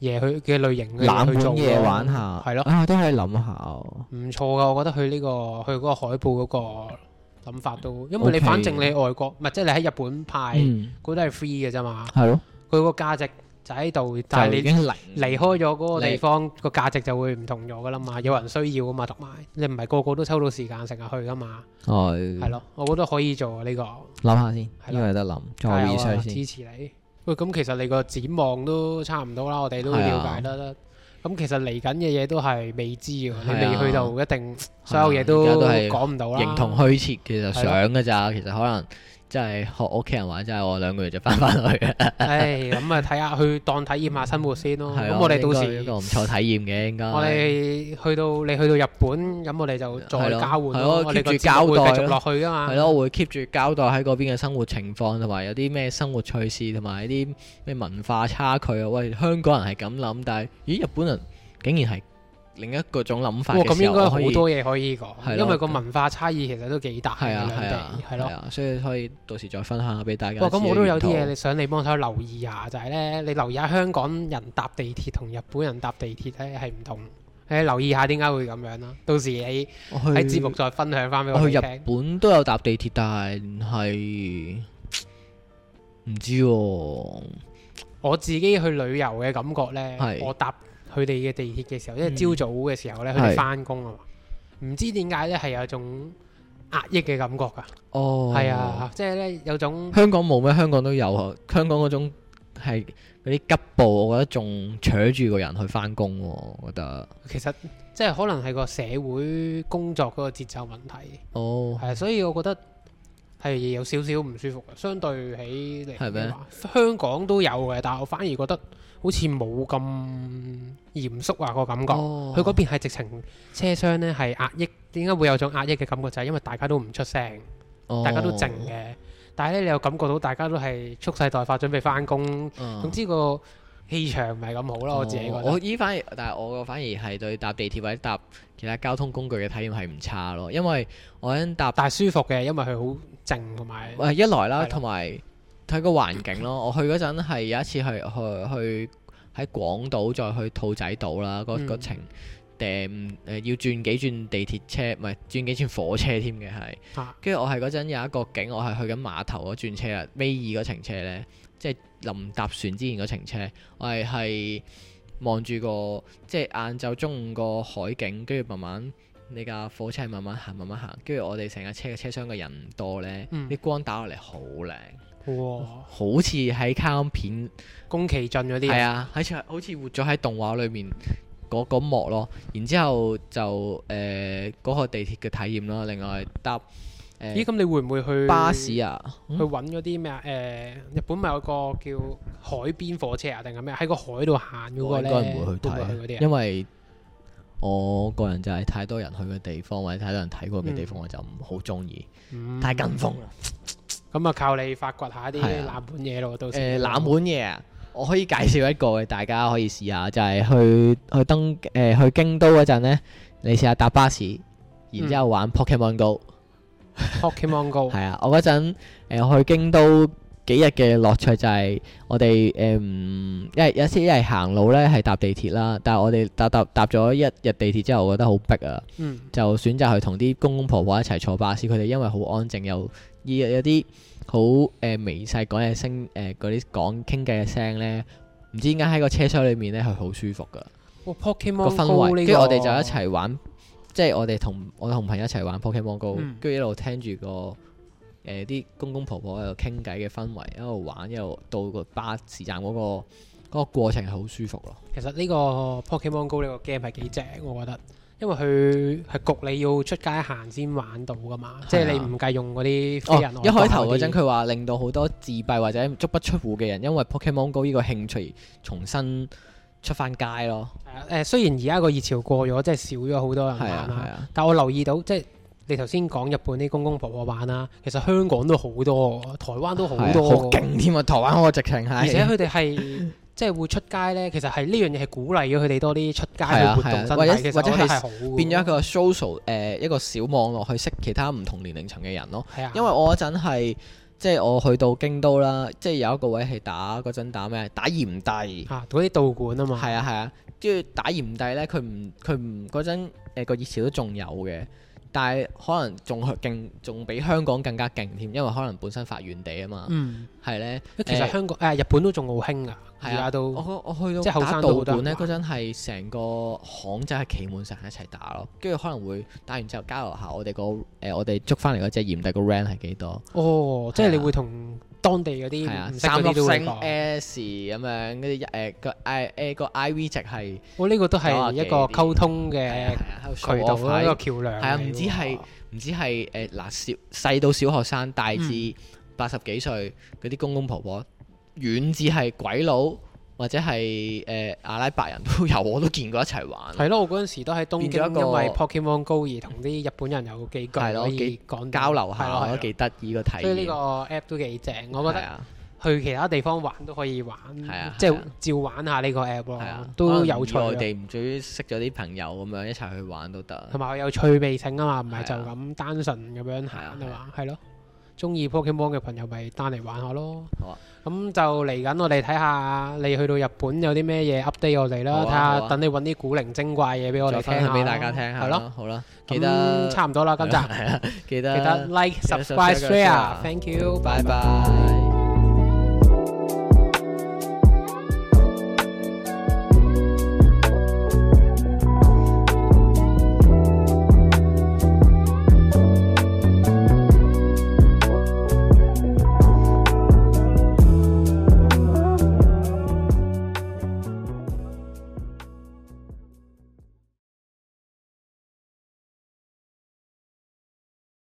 A: 嘢去嘅類型嘅
B: 冷
A: 嘢
B: 門
A: 去做
B: 嘢
A: 咯
B: 玩下，
A: 係咯，
B: 啊都可以諗下喎。
A: 唔錯噶，我覺得佢呢個佢嗰個海報嗰個諗法都，因為你
B: OK
A: 反正你外國唔係即係你喺日本派
B: 嗯，
A: 嗰都係 free 嘅啫嘛，
B: 係咯，
A: 佢個價值就喺度，但
B: 但
A: 係
B: 係
A: 你
B: 已。經零
A: 離開咗嗰個地方，個價值就會唔同咗噶啦嘛，有人需要啊嘛，同埋你唔係個個都抽到時間成日去噶嘛，
B: 哦，
A: 係咯，我覺得可以做啊呢個，
B: 諗下先，
A: 係咯
B: 因為有得諗，再
A: 加油啊
B: research 先
A: 支。持你。喂，咁其實你個展望都差唔多啦，我哋都
B: 係啊
A: 了解得。咁其實嚟緊嘅嘢都係未知嘅，你
B: 係啊
A: 未去到一定所有嘢都
B: 而家都係
A: 講唔到啦。
B: 形同虛設，其實
A: 係咯
B: 想㗎咋，其實可能真係學屋企人話，真係我兩個月就翻返去啦。
A: 唉，咁啊睇下去當體驗下生活先咯。
B: 係
A: 咁
B: 啊
A: 我哋
B: 應
A: 到
B: 該一個
A: 時
B: 唔錯體驗嘅，應該。
A: 我哋去到你去到日本，咁我哋就再
B: 係咯
A: 交換
B: 係咯
A: 咯。我哋
B: keep
A: 個節目
B: 住交代
A: 會繼續
B: 咯
A: 落去噶嘛。
B: 係咯，我會 keep 住交代喺嗰邊嘅生活情況，同埋有啲咩生活趣事，同埋啲咩文化差距啊！喂，香港人係咁諗，但係咦，日本人竟然係另一個種諗法
A: 哇，
B: 嘅
A: 咁
B: 時
A: 應
B: 候，
A: 該
B: 我
A: 好
B: 可以
A: 多嘢可以講，
B: 係咯
A: 因為個文化差異其實都幾大嘅
B: 係
A: 兩
B: 啊係啊
A: 地，係
B: 係
A: 咯。
B: 啊，所以可以到時再分享下俾大家。
A: 哇，咁我都有啲嘢你想你幫手留意下，就係咧，你留意下香港人搭地鐵同日本人搭地鐵咧係唔同，你留意下點解會咁樣啦。到時你
B: 我
A: 喺
B: 去
A: 節目再分享翻俾我
B: 我去
A: 哋
B: 日
A: 聽。
B: 本都有搭地鐵，但係唔知喎。
A: 我自己去旅遊嘅感覺咧
B: 係，
A: 我搭佢哋嘅地鐵嘅時候，因為
B: 嗯
A: 朝早嘅時候咧，佢
B: 係
A: 哋翻工啊嘛，唔知點解咧係有一種壓抑嘅感覺㗎，
B: 哦，
A: 係，啊，即係咧有種
B: 香港冇咩？香港都有啊。香港嗰種係嗰啲急步，我覺得仲扯住個人去翻工喎。我覺得
A: 其實即係可能係個社會工作嗰個節奏問題，
B: 哦，
A: 係啊所以我覺得係有少少唔舒服嘅，相對起嚟
B: 係咩
A: 話香港都有嘅，但係我反而覺得好似冇咁嚴肅啊個感覺。
B: 哦
A: 佢嗰邊係直情車廂呢係壓抑，點解會有種壓抑嘅感覺？就係、因為大家都唔出聲，
B: 哦
A: 大家都靜嘅。但係呢，你又感覺到大家都係蓄勢待發，準備翻工。
B: 哦。
A: 總之個氣場唔係咁好咯，我自己覺
B: 哦
A: 得。
B: 我依反而，但係我個反而係對搭地鐵或者搭其他交通工具嘅體驗係唔差咯，因為我喺搭
A: 但係舒服嘅，因為佢好靜同埋
B: 誒一來
A: 係
B: 啦，
A: 啦
B: 同埋睇個環境咯。我去嗰陣係有一次去去去喺廣島再去兔仔島啦，嗰
A: 嗯
B: 嗰程誒誒要轉幾轉地鐵車，唔係轉幾轉火車添嘅係。
A: 啊
B: 跟住我係嗰陣有一個景，我係去緊碼頭嗰轉車啦，尾二嗰程車咧，即係臨搭船之前嗰程車，我係係望住個即係晏晝中午個海景，跟住慢慢你架火車係慢慢行，慢慢行，跟住我哋成架車嘅車廂嘅人唔多咧，啲、
A: 嗯
B: 光打落嚟好靚，
A: 哇，
B: 好似喺卡通片
A: 宮崎駿嗰啲
B: 係啊，好似好似活咗喺動畫裏面嗰嗰幕咯。然之後就誒嗰、個地鐵嘅體驗咯，另外搭誒。呃
A: 咦，咁你會唔會去
B: 巴士啊，
A: 去揾嗰啲咩啊？誒、日本咪有個叫海邊火車啊，定係咩？喺個海度行嗰個
B: 哦我應
A: 咧，
B: 該唔會去
A: 會唔會去嗰
B: 睇，
A: 啲啊
B: 因為我個人就係太多人去嘅地方或者太多人睇過嘅地方，我就唔好中意。
A: 嗯
B: 太跟風啦。
A: 咁啊，靠你發掘下啲
B: 係啊
A: 冷門嘢咯，到時。
B: 誒冷門嘢啊，我可以介紹一個嘅，大家可以試下，就係去去登誒去京都嗰陣咧，你試下搭巴士，然之後玩 Pokemon Go。
A: Pokemon Go
B: 係啊，我嗰陣誒去京都幾日嘅樂趣就係我哋誒唔一係有時一係行路咧係搭地鐵啦，但係我哋搭搭搭咗一日地鐵之後，我覺得好逼啊。
A: 嗯
B: 就選擇去同啲公公婆婆一齊坐巴士，佢哋因為好安靜，又有有啲好誒微細講嘢聲，誒嗰啲講傾偈嘅聲咧，唔知點解喺個車廂裏面咧係好舒服噶、
A: 哇
B: 個
A: Pokemon
B: 氛
A: Go
B: 圍，
A: 呢
B: 跟
A: 個
B: 住我哋就一齊玩，即係我哋同我同朋友一齊玩 Pokemon Go，
A: 嗯
B: 跟住、一路聽住個。誒啲、公公婆婆喺度傾偈嘅氛圍，一路玩一路到個巴士站嗰、個嗰、個過程係好舒服咯。
A: 其實呢個 Pokemon Go 呢個 game 係幾正，我覺得，因為佢係焗你要出街行先玩到噶嘛，即係你唔計用嗰啲
B: 啊哦
A: 飛人，
B: 一
A: 開
B: 開頭嗰陣佢話令到好多自閉或者足不出户嘅人，因為 Pokemon Go 呢個興趣重新出翻街咯。
A: 啊誒雖然而家個熱潮過咗，即係少咗好多人
B: 係
A: 玩
B: 啊係
A: 啦。
B: 啊，
A: 但我留意到，即係你頭先講日本啲公公婆婆玩啦，其實香港都好多喎，台灣都好
B: 係啊
A: 多
B: 好
A: 喎，
B: 勁添啊！台灣我直情係，
A: 而且佢哋係即係會出街咧，其實係呢樣嘢係鼓勵咗佢哋多啲出街
B: 係啊
A: 去活
B: 係啊
A: 動身
B: 或者
A: 體，其實
B: 或者
A: 我覺得
B: 係
A: 係好嘅
B: 變咗一個 social 誒、一個小網絡去識其他唔同年齡層嘅人咯。
A: 係啊，
B: 因為我嗰陣係即係我去到京都啦，即係有一個位係打嗰陣打咩？打炎帝。
A: 啊嗰啲道館啊嘛，
B: 係啊係啊，跟住打炎帝咧，佢唔佢唔嗰陣誒個熱潮都仲有嘅，但係可能仲勁，仲比香港更加勁添，因為可能本身發源地啊嘛，
A: 嗯，
B: 係咧、
A: 其實香港誒日本都仲好興㗎，而
B: 係啊
A: 家都
B: 我我去
A: 即係
B: 到
A: 後
B: 打
A: 生
B: 道
A: 都好多
B: 館
A: 人
B: 咧，嗰
A: 玩
B: 陣係成個巷仔係企滿晒人一齊打咯，跟住可能會打完之後交流下我哋個誒我哋捉翻嚟嗰只炎帝個 rank 係幾多？
A: 哦，即係你
B: 係啊
A: 會同當地嗰
B: 係啊
A: 啲，唔識
B: 三
A: 嗰
B: 粒
A: 啲都會
B: 星
A: 講，
B: S 咁樣，跟住一誒個 I 誒個 I V 值係
A: 我呢個都係一個溝通
B: 係
A: 嘅
B: 啊係啊喺度
A: 渠
B: show
A: 道
B: off
A: 啦，
B: 下
A: 一個橋梁嚟㗎喎。
B: 係啊，唔知係唔知係誒嗱小細到小學生，大
A: 嗯
B: 至八十幾歲嗰啲公公婆婆，遠至係鬼佬或者係誒、呃阿拉伯人都有，我都見過一齊玩。
A: 係咯，我嗰陣時都喺東京，
B: 變咗一個
A: 因為 Pokemon Go 而同啲日本人有幾句
B: 係咯
A: 可以
B: 幾
A: 講到
B: 交流
A: 係
B: 下，
A: 咯
B: 我覺得幾得意個體
A: 係咯
B: 驗。
A: 所以呢個 app 都幾正，我覺
B: 係
A: 得
B: 啊
A: 去其他地方玩都可以玩
B: 係啊，
A: 即
B: 係
A: 係
B: 啊
A: 照玩下呢個 app
B: 係啊
A: 咯，，哦都有趣
B: 可能
A: 咯
B: 意外，地唔至於識咗啲朋友咁樣一齊去玩都得。
A: 同埋佢有趣味性啊嘛，唔係就
B: 係啊
A: 咁單純咁樣行啊
B: 係
A: 嘛，係咯。中意 Pokemon 嘅朋友咪單嚟玩下咯
B: 好啊。
A: 咁就嚟緊，我哋睇下你去到日本有啲咩嘢 update 我哋啦，
B: 好啊
A: 睇
B: 好
A: 下
B: 啊
A: 等你揾啲古靈精怪嘢俾我哋
B: 再
A: 聽
B: 分
A: 下
B: 享俾大家聽下
A: 係咯，
B: 啦，好啦，記
A: 咁
B: 得
A: 差唔多啦，今集。
B: 記
A: 記得
B: 得，
A: like、
B: 記得
A: subscribe、
B: subscribe，share
A: share。Thank you，
B: 拜拜。